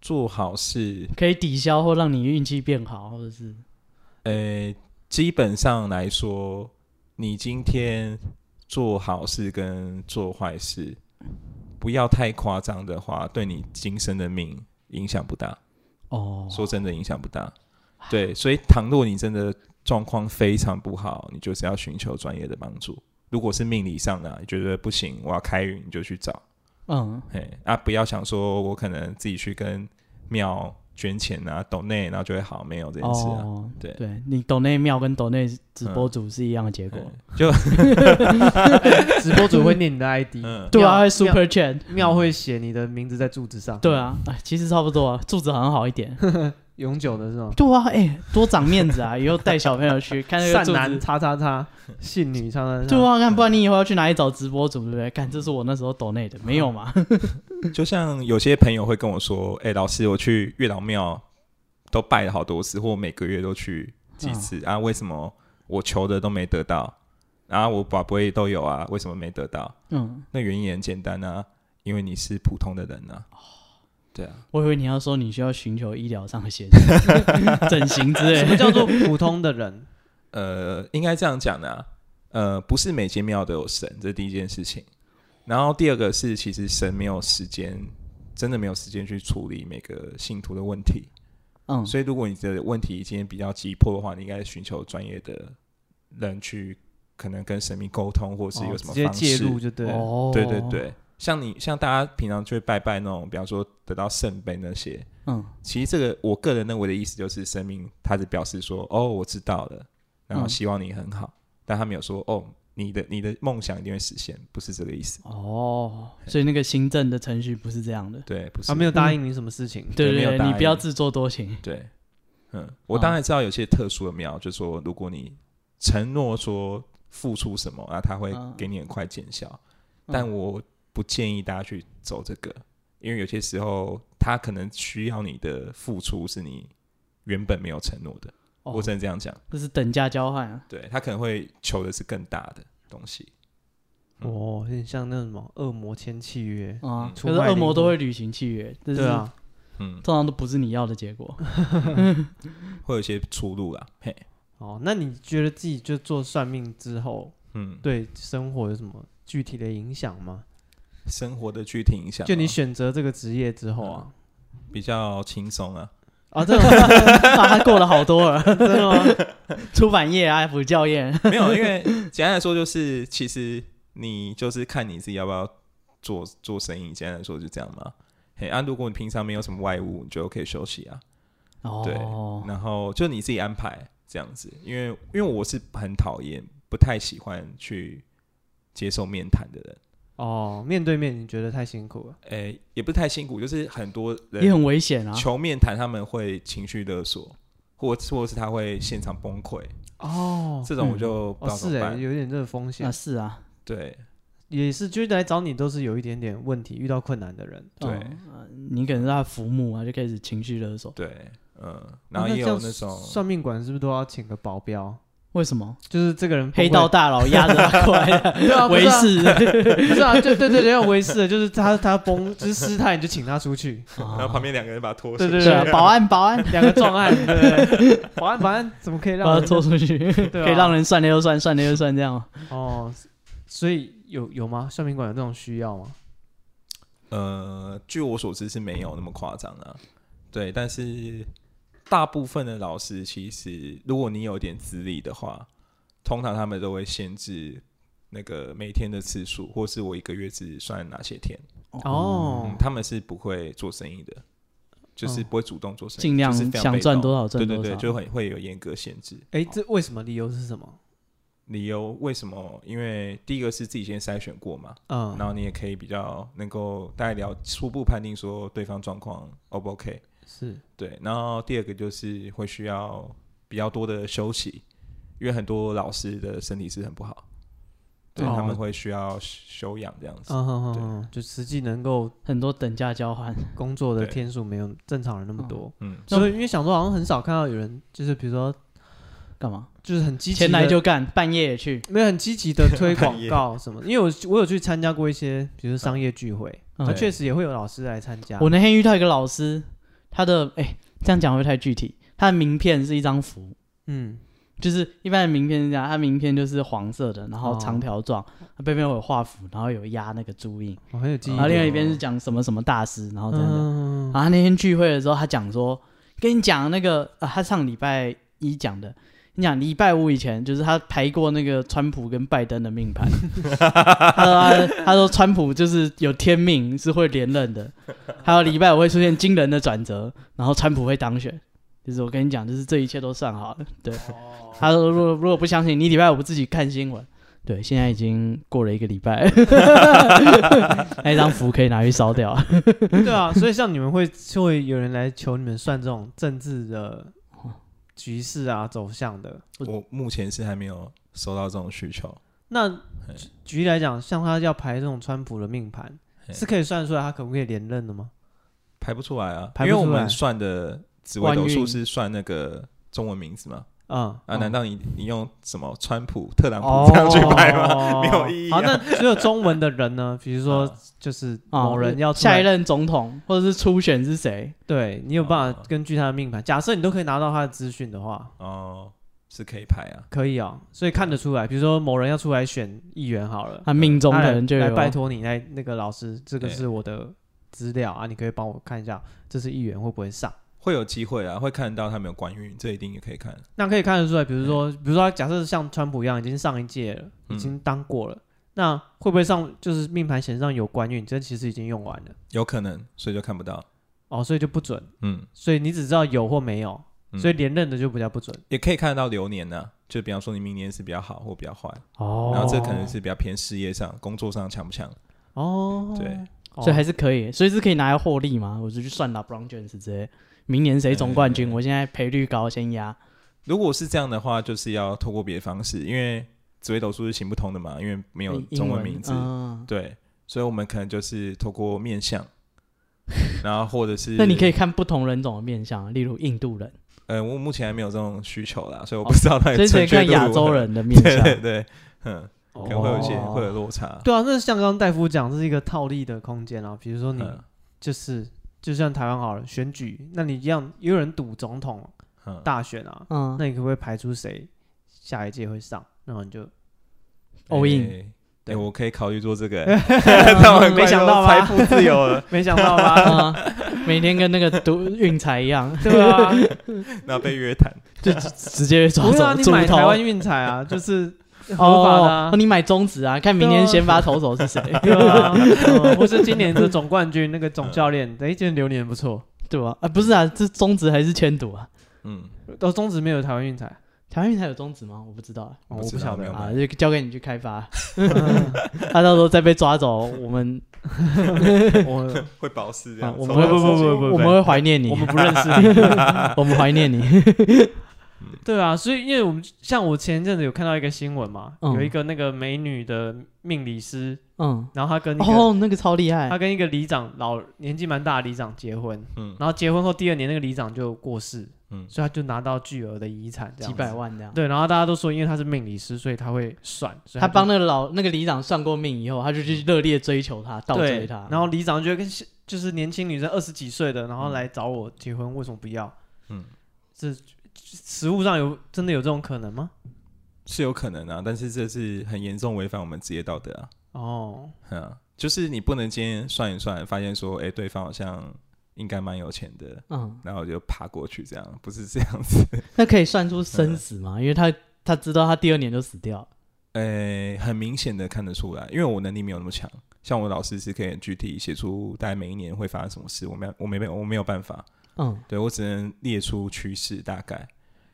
S3: 做好事，
S2: 可以抵消或让你运气变好，或者是
S3: 呃，基本上来说，你今天做好事跟做坏事，不要太夸张的话，对你今生的命影响不大。
S2: 哦，
S3: 说真的，影响不大。对，所以倘若你真的状况非常不好，你就是要寻求专业的帮助。如果是命理上的啊、你觉得不行，我要开运，你就去找。
S2: 嗯，
S3: 嘿，啊，不要想说我可能自己去跟庙捐钱啊、抖内，然后就会好，没有这件事啊。
S2: 哦，
S3: 对
S2: 对你抖内庙跟抖内直播主是一样的结果
S3: 对，，啊就
S1: 直播主会念你的 ID，
S3: 嗯，
S2: 对啊
S1: 庙
S2: 会，Super Chat，
S1: 庙会写你的名字在柱子上。
S2: 嗯对啊，哎其实差不多啊，柱子好像好一点，
S1: 永久的是吗？
S2: [LAUGHS] 对啊，哎、多长面子啊！以后带小朋友去看那个
S1: 善
S2: 柱
S1: 男
S2: 子，
S1: 叉叉叉，信女叉叉
S2: [LAUGHS]
S1: 叉，
S2: 对啊，看不然你以后要去哪里找直播主，对不对？看这是我那时候抖内的，没有嘛？
S3: 就像有些朋友会跟我说：“哎、老师，我去月老庙都拜了好多次，或每个月都去几次、啊，为什么我求的都没得到？然、后我把杯都有啊，为什么没得到？
S2: 嗯，
S3: 那原因也很简单啊，因为你是普通的人啊。对啊，
S2: 我以为你要说你需要寻求医疗上的协助、 [LAUGHS] 整形之类
S1: [LAUGHS] 什么
S2: 的。
S1: 叫做普通的
S3: [LAUGHS]
S1: 人？
S3: 呃，应该这样讲的、啊，呃，不是每间庙都有神，这是第一件事情。然后第二个是，其实神没有时间，真的没有时间去处理每个信徒的问题。
S2: 嗯，
S3: 所以如果你的问题今天比较急迫的话，你应该寻求专业的人去，可能跟神明沟通，或是有
S1: 哦直
S3: 什么
S1: 接
S3: 方
S1: 介
S3: 式。
S1: 入就对了。
S2: 哦，
S3: 对对，对，像你像大家平常去拜拜那种，比方说得到圣杯那些，
S2: 嗯，
S3: 其实这个我个人认为的意思就是，神明他只表示说，哦，我知道了，然后
S2: 嗯
S3: 希望你很好，但他没有说，哦，你的你的梦想一定会实现，不是这个意思。
S2: 哦，所以那个行政的程序不是这样的。
S3: 对，不是
S1: 他没有答应你什么事情，
S2: 对
S3: 没有
S2: 对
S3: 答
S2: 对，
S3: 应
S2: 你不要自作多情。
S3: 对，嗯，我当然知道有些特殊的庙，就说如果你承诺说付出什么，啊，他会
S2: 嗯
S3: 给你很快见效。
S2: 嗯
S3: 但我不建议大家去走这个，因为有些时候他可能需要你的付出是你原本没有承诺的。
S2: 哦
S3: 我，只能这样讲，
S2: 这是等价交换啊。
S3: 对他可能会求的是更大的东西。
S1: 哦，有点像那什么恶魔签契约，
S2: 啊
S3: 嗯，
S2: 可是恶魔都会履行契约，但是
S1: 对啊，
S3: 嗯，
S2: 通常都不是你要的结果。
S3: 会有一些出路啦。嘿，
S1: 哦，那你觉得自己就做算命之后，
S3: 嗯，
S1: 对生活有什么具体的影响吗？
S3: 生活的嗯具体影响啊、
S1: 就你选择这个职业之后啊，
S3: 比较轻松啊。
S1: 啊，真的吗
S2: 啊，他过得好多了，
S1: 真哦的吗？
S2: 出版业啊，补教业，
S3: [LAUGHS] 没有，因为简单来说就是，其实你就是看你自己要不要做做生意。简单来说就这样嘛。嘿，啊，如果你平常没有什么外务，你就可以休息啊。
S2: 哦，
S3: 然后就你自己安排这样子，因为因为我是很讨厌、不太喜欢去接受面谈的人。
S1: [LAUGHS] 哦，面对面你觉得太辛苦了，
S3: 诶、也不是太辛苦，就是很多
S2: 也
S3: 人
S2: 很危险啊。
S3: 求面谈，他们会情绪勒索，或或是他会现场崩溃，
S1: 哦，
S3: 这种我就不
S1: 哦
S3: 知道怎
S1: 是
S3: 么
S1: 哎，
S3: 办。
S1: 有点这个风险
S2: 啊，，是啊，
S3: 对
S1: 也是，就是来找你都是有一点点问题，遇到困难的人，
S3: 对、
S2: 嗯呃你可能是他的父母啊，就开始情绪勒索。
S3: 对，嗯，然
S1: 哦
S3: 后
S1: 那
S3: 也
S1: 这
S3: 有
S1: 样
S3: 那种
S1: 算命馆是不是都要请个保镖？
S2: 为什么
S1: 就是这个人
S2: 黑
S1: [LAUGHS]
S2: 道
S1: 大
S2: 大佬压着他过来的
S1: 对啊，不
S2: 维
S1: 是啊，
S2: 士？
S1: 不是啊，对对对对，要维持的，就是他他崩就是失态，你就请他出去，
S3: 然后旁边两个人把他拖
S1: 对
S3: 出
S1: 对
S3: 去。
S2: 对啊，保安保安，
S1: 两个撞案，对不 [LAUGHS] 对？保安保安怎么可以让
S2: 把
S1: 人
S2: 他拖出去，
S1: 对啊
S2: 可以让人算了又算，算了又算，这样吗
S1: 哦，所以有有吗？算命馆有这种需要吗？
S3: 呃，据我所知是没有那么夸张啊。对，但是大部分的老师其实，如果你有点资历的话，通常他们都会限制那个每天的次数，或是我一个月只算哪些天。
S1: 哦
S3: 嗯，，他们是不会做生意的，就是
S1: 哦
S3: 不会主动做生意，
S2: 尽量
S3: 就是非常
S2: 想
S3: 被
S2: 赚
S3: 动
S2: 多少赚
S3: 对对
S2: 多
S3: 对，
S2: 少。
S3: 就很会有严格限制。
S1: 哎，这为什么理由是什么？
S3: 理由为什么？因为第一个是自己先筛选过嘛，然
S1: 嗯，
S3: 后你也可以比较能够大概了初步判定说对方状况 O 不 OK。
S1: 是
S3: 对，然后第二个就是会需要比较多的休息，因为很多老师的身体是很不好，对、
S1: 哦
S3: 他们会需要休养这样子。
S1: 嗯哼哼
S3: 对
S1: 哼，就实际能够
S2: 很多等价交换，
S1: 工作的
S3: 对
S1: 天数没有正常人那么多，
S3: 嗯，
S1: 所以因为想说好像很少看到有人，就是比如说
S2: 干嘛？
S1: 就是很积极
S2: 前来
S1: 地
S2: 就干，半夜也去。
S1: 没有很积极的推
S3: 半
S1: 广
S3: 夜
S1: 告什么的，因为我我有去参加过一些，比如说商业聚会，
S2: 嗯
S1: 那确实也会有老师来参加。
S2: 我那天遇到一个老师，他的哎、这样讲会不会太具体。他的名片是一张符，
S1: 嗯，
S2: 就是一般的名片是这样，他名片就是黄色的，然后长条
S1: 哦
S2: 状，它背面有画符，然后有压那个朱印，
S1: 我很有记忆点。
S2: 然后另外一边是讲什么什么大师，然后这样讲。
S1: 嗯，
S2: 然后他那天聚会的时候，他讲说，跟你讲那个，啊、他上礼拜一讲的。你讲礼拜五以前，就是他排过那个川普跟拜登的命盘。他说他他说川普就是有天命，是会连任的。还有礼拜五会出现惊人的转折，然后川普会当选。就是我跟你讲，就是这一切都算好了。对，他说如果如果不相信，你礼拜五自己看新闻。对，现在已经过了一个礼拜了， [LAUGHS] 那一张符可以拿去烧掉。
S1: 对啊，所以像你们会就会有人来求你们算这种政治的局势啊走向的。
S3: 我目前是还没有收到这种需求。
S1: 那举举例来讲，像他要排这种川普的命盘，
S3: 嘿
S1: 是可以算出来他可不可以连任的吗？
S3: 排不出来啊，
S1: 排不
S3: 因为我
S1: 出来
S3: 们算的紫微斗
S2: 万
S3: 数
S2: 运
S3: 是算那个中文名字嘛？
S1: 嗯，
S3: 啊，
S1: 哦
S3: 难道你你用什么川普、特朗哦普这样去排吗？
S1: 哦
S3: 没有意义啊哦
S1: 好，那只有中文的人呢？ [LAUGHS] 比如说，就是
S2: 啊
S1: 某人要出来
S2: [LAUGHS] 下一任总统或者是初选是谁？
S1: 对你有办法
S3: 哦
S1: 根据他的命盘，假设你都可以拿到他的资讯的话，
S3: 哦，是可以排啊。
S1: 可以啊、所以看得出来。比如说某人要出来选议员好了，
S2: 他命中
S1: 他
S2: 可
S1: 来
S2: 能就
S3: 哎
S1: 来
S2: 有
S1: 拜托你来那个老师，这个
S3: 对
S1: 是我的资料啊，你可以帮我看一下，这次议员会不会上？
S3: 会有机会啊，会看到他们有官运，这一定也可以看。
S1: 那可以看得出来，比如
S3: 嗯
S1: 说，比如说，假设像川普一样，已经上一届了，已经当过了，那会不会上就是命盘显示上有官运，这其实已经用完了
S3: 有可能，所以就看不到。
S1: 哦，所以就不准，
S3: 嗯，
S1: 所以你只知道有或没有，
S3: 嗯
S1: 所以连任的就比较不准。
S3: 也可以看得到流年呢、啊就比方说你明年是比较好或比较坏，
S2: 哦，
S3: 然后这可能是比较偏事业上、工作上强不强。
S1: 哦，
S3: 对，
S1: 哦
S2: 所以还是可以，所以是可以拿来获利嘛？我就去算 LeBron James 直接，明年谁总冠军，我现在赔率高，先压。
S3: 如果是这样的话，就是要透过别的方式，因为紫微斗数是行不通的嘛，因为没有
S2: 英
S3: 中文名字。
S2: 嗯
S3: 对，所以我们可能就是透过面
S2: [LAUGHS]
S3: 相，然后或者是
S2: 那你可以看不同人种的面相，例如印度人，
S3: 呃，我目前还没有这种需求啦，所以我不知道那个
S2: 哦所以只
S3: 准
S2: 能
S3: 确
S2: 看
S3: 度
S2: 亚
S3: 如
S2: 洲
S3: 何。
S2: 人的面
S3: 对
S2: 相。
S3: 对对，嗯，
S1: 哦
S3: 可能会有一些、
S2: 哦
S3: 会有落差。
S1: 对啊，那像刚刚戴夫讲，这是一个套利的空间啊。比如说你
S3: 嗯
S1: 就是、就像台湾好了，选举，那你一样也有人赌总统
S3: 嗯，
S1: 大选啊，
S2: [LAUGHS] 嗯，
S1: 那你可不可以排出谁下一届会上？然后你就
S2: all in
S3: 哎
S1: 对
S3: 哎我可以考虑做
S1: [LAUGHS]
S3: 这个、欸，但我很快
S1: 没想到
S3: 就
S1: 吧
S3: 财富自由了，
S1: 没想到吧？
S2: 啊，每天跟那个赌运财一样，
S1: 对
S2: [LAUGHS]
S1: 啊，
S3: 然后被约 [LAUGHS] 谈。
S2: 就直直接被抓
S1: 不是啊，
S2: 走
S1: 你
S2: 猪
S1: 买
S2: 头
S1: 台。湾运彩
S2: [LAUGHS]
S1: 啊，就是合法的
S2: 哦
S1: 啊，
S2: 哦，。你买中指啊？看明
S1: 对
S2: 天
S1: 啊
S2: 先发投手是谁，
S1: 对
S2: [LAUGHS]
S1: 啊，嗯或是今年的总冠军那个总教练，
S2: 嗯
S1: 哎，今年流年不错。
S2: 对吧？啊，不是啊，这中指还是千赌啊？
S3: 嗯，
S1: 哦，中职没有台湾运彩，
S2: 台湾运才有中指吗？我不知道啊。
S1: 哦
S3: 不
S1: 我
S3: 知
S1: 不
S3: 道
S1: 晓
S3: 没
S1: 得
S3: 有。
S2: 啊，就交给你去开发， [LAUGHS] 他到时候再被抓走，我们 [LAUGHS]
S1: 我
S3: 会保释这
S2: 啊
S3: 样。
S2: 我
S3: 从
S2: 们
S1: 不
S2: 会
S3: 头
S1: 不不
S3: 到
S1: 不不
S3: 尾
S1: 不
S2: 我们会怀念你啊
S1: 我，们不认识
S2: [LAUGHS]
S1: 你。
S2: 我们怀念你。
S1: [LAUGHS] 对啊，所以因为我们像我前一阵子有看到一个新闻嘛，
S2: 嗯
S1: 有一个那个美女的命理师，
S2: 嗯，
S1: 然后她跟一个、
S2: 哦，那个超厉害
S1: 她，跟一个里长老年纪蛮大的里长结婚，
S3: 嗯
S1: 然后结婚后第二年那个里长就过世，
S3: 嗯
S1: 所以她就拿到巨额的遗产，这样
S2: 几
S1: 子
S2: 百。万这样。
S1: 对，然后大家都说，因为她是命理师，所以她会算，所以
S2: 他
S1: 就
S2: 帮那个老那个里长算过命以后，他就去热烈追求他，倒追
S1: 对
S2: 他。
S1: 然后里长就会跟就是年轻女生二十几岁的，然
S2: 嗯
S1: 后来找我结婚，为什么不要？
S3: 嗯，
S1: 这实物上有真的有这种可能吗？
S3: 是有可能啊，但是这是很严重违反我们职业道德啊。
S1: 哦，
S3: 嗯，就是你不能今天算一算，发现说，哎、对方好像应该蛮有钱的，
S2: 嗯，
S3: 然后就爬过去，这样不是这样子。 [LAUGHS]
S2: 那可以算出生死吗？因为他他知道他第二年就死掉了。
S3: 呃，很明显的看得出来，因为我能力没有那么强，像我老师是可以很具体写出大概每一年会发生什么事，我没有我没办我没有办法，
S2: 嗯，
S3: 对我只能列出趋势大概，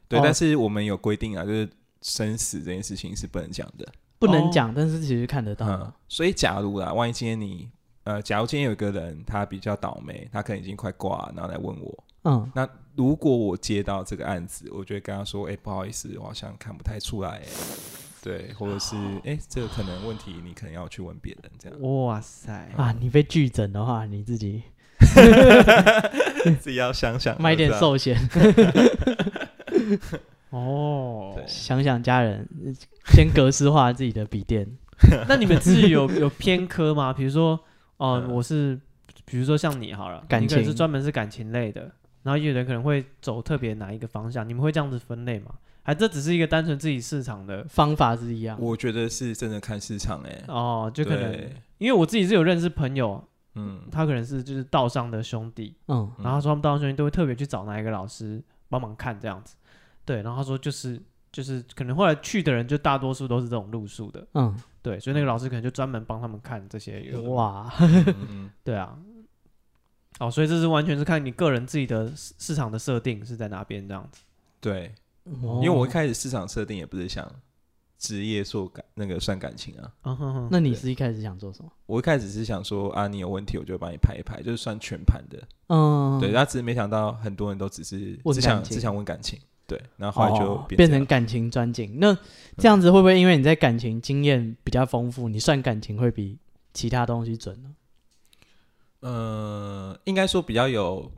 S3: 对，
S2: 哦
S3: 但是我们有规定啊，就是生死这件事情是不能讲的，
S2: 不能
S1: 哦
S2: 讲，但是其实看
S3: 嗯
S2: 得到。，
S3: 所以假如啦，万一今天你呃，假如今天有一个人他比较倒霉，他可能已经快挂了，然后来问我，
S2: 嗯，
S3: 如果我接到这个案子，我就会跟他说：“哎、不好意思，我好像看不太出来、欸。”对，或者是“哎、这个可能问题，你可能要去问别人。”这 [LAUGHS] 样
S1: 哇塞，
S2: 啊，你被拒诊的话，你自己
S3: 自己要想
S1: 嗯
S3: 想，
S2: [LAUGHS] 买点
S1: 啊
S3: 是吧。啊
S2: 寿险，
S1: 哦
S3: 对，
S2: 想想家人，呃先格式化自己的笔电。
S1: 那你们自己有有偏科吗？比如说，哦、
S3: 嗯
S1: 我是，比如说像你好了，
S2: 感
S1: 你可能是
S2: 情
S1: 专门是感情类的，然后有人可能会走特别哪一个方向，你们会这样子分类吗？还这只是一个单纯自己市场的
S2: 方法是一样。
S3: 我觉得是真的看市场、欸，哎、
S1: 哦，就可能
S3: 对，
S1: 因为我自己是有认识朋友，
S3: [LAUGHS] 嗯，
S1: 他可能是就是道上的兄弟，
S2: 嗯，
S3: 嗯
S1: 然后他说他们道上兄弟都会特别去找哪一个老师帮忙看这样子，对，然后他说就是就是可能后来去的人就大多数都是这种路数的，
S2: 嗯，
S1: 对，所以那个老师可能就专门帮他们看这些有的没的
S2: 哇，
S3: 嗯嗯
S1: 对啊，哦，所以这是完全是看你个人自己的市市场的设定是在哪边这样子。
S3: 对，
S2: 因哦
S3: 因为我一开始市场设定也不是想职业做感那个算感情啊。
S1: 嗯哼哼，
S2: 那你是一开始想做什么？
S3: 我一开始是想说啊，你有问题我就帮你排一排，就是算全盘的。
S2: 嗯，
S3: 对，，他只是没想到很多人都只是
S2: 问
S3: 只
S2: 感
S3: 想
S2: 情
S3: 只想问感情。对，然后后来就
S2: 哦
S3: 变
S2: 变
S3: 这样
S2: 成感情专精。那这样子会不会因为你在感情经验比较丰富，你算感情会比其他东西准呢？
S3: 呃，应该说比较有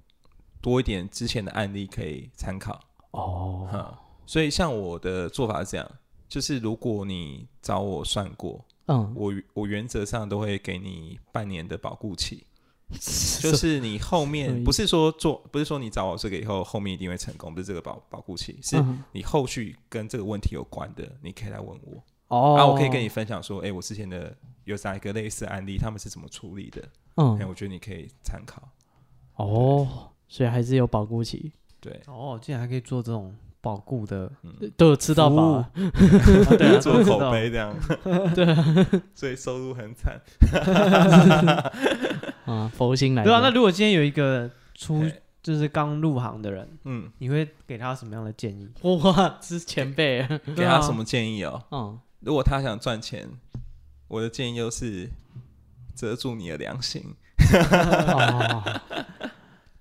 S3: 多一点之前的案例可以参考。
S2: 哦，
S3: 哈，所以像我的做法是这样，就是如果你找我算过，
S2: 嗯，
S3: 我我原则上都会给你半年的保固期，
S2: [LAUGHS]
S3: 就是你后
S2: 什么意
S3: 面
S2: 思
S3: 不是说做，不是说你找我这个以后后面一定会成功，不是这个保保固期，是
S2: 嗯
S3: 你后续跟这个问题有关的，你可以来问我，
S2: 哦，
S3: 啊，我可以跟你，分享说，哎、我之前的有哪一个类似的案例，他们是怎么处理的，哎、
S2: 嗯，
S3: 我觉得你可以参考，
S2: 哦，所以还是有保固期，
S3: 对，
S1: 哦，竟然还可以做这种保固
S3: [LAUGHS]
S1: 的，
S2: 都有吃到饱啊。
S3: 哦
S1: 啊对啊，
S3: 做
S1: 知道
S3: 口碑这样，对， [LAUGHS] 所以收入很惨。
S2: 啊，佛心来
S1: 对啊，
S2: 着
S1: 那如果今天有一个出
S3: 嘿
S1: 就是刚入行的人，
S3: 嗯，
S1: 你会给他什么样的建议？
S2: 哇，是前辈，
S3: 给
S1: 啊
S3: 他什么建议哦？
S2: 嗯，
S3: 如果他想赚钱，我的建议就是遮住你的良心。 [LAUGHS]
S2: 哦，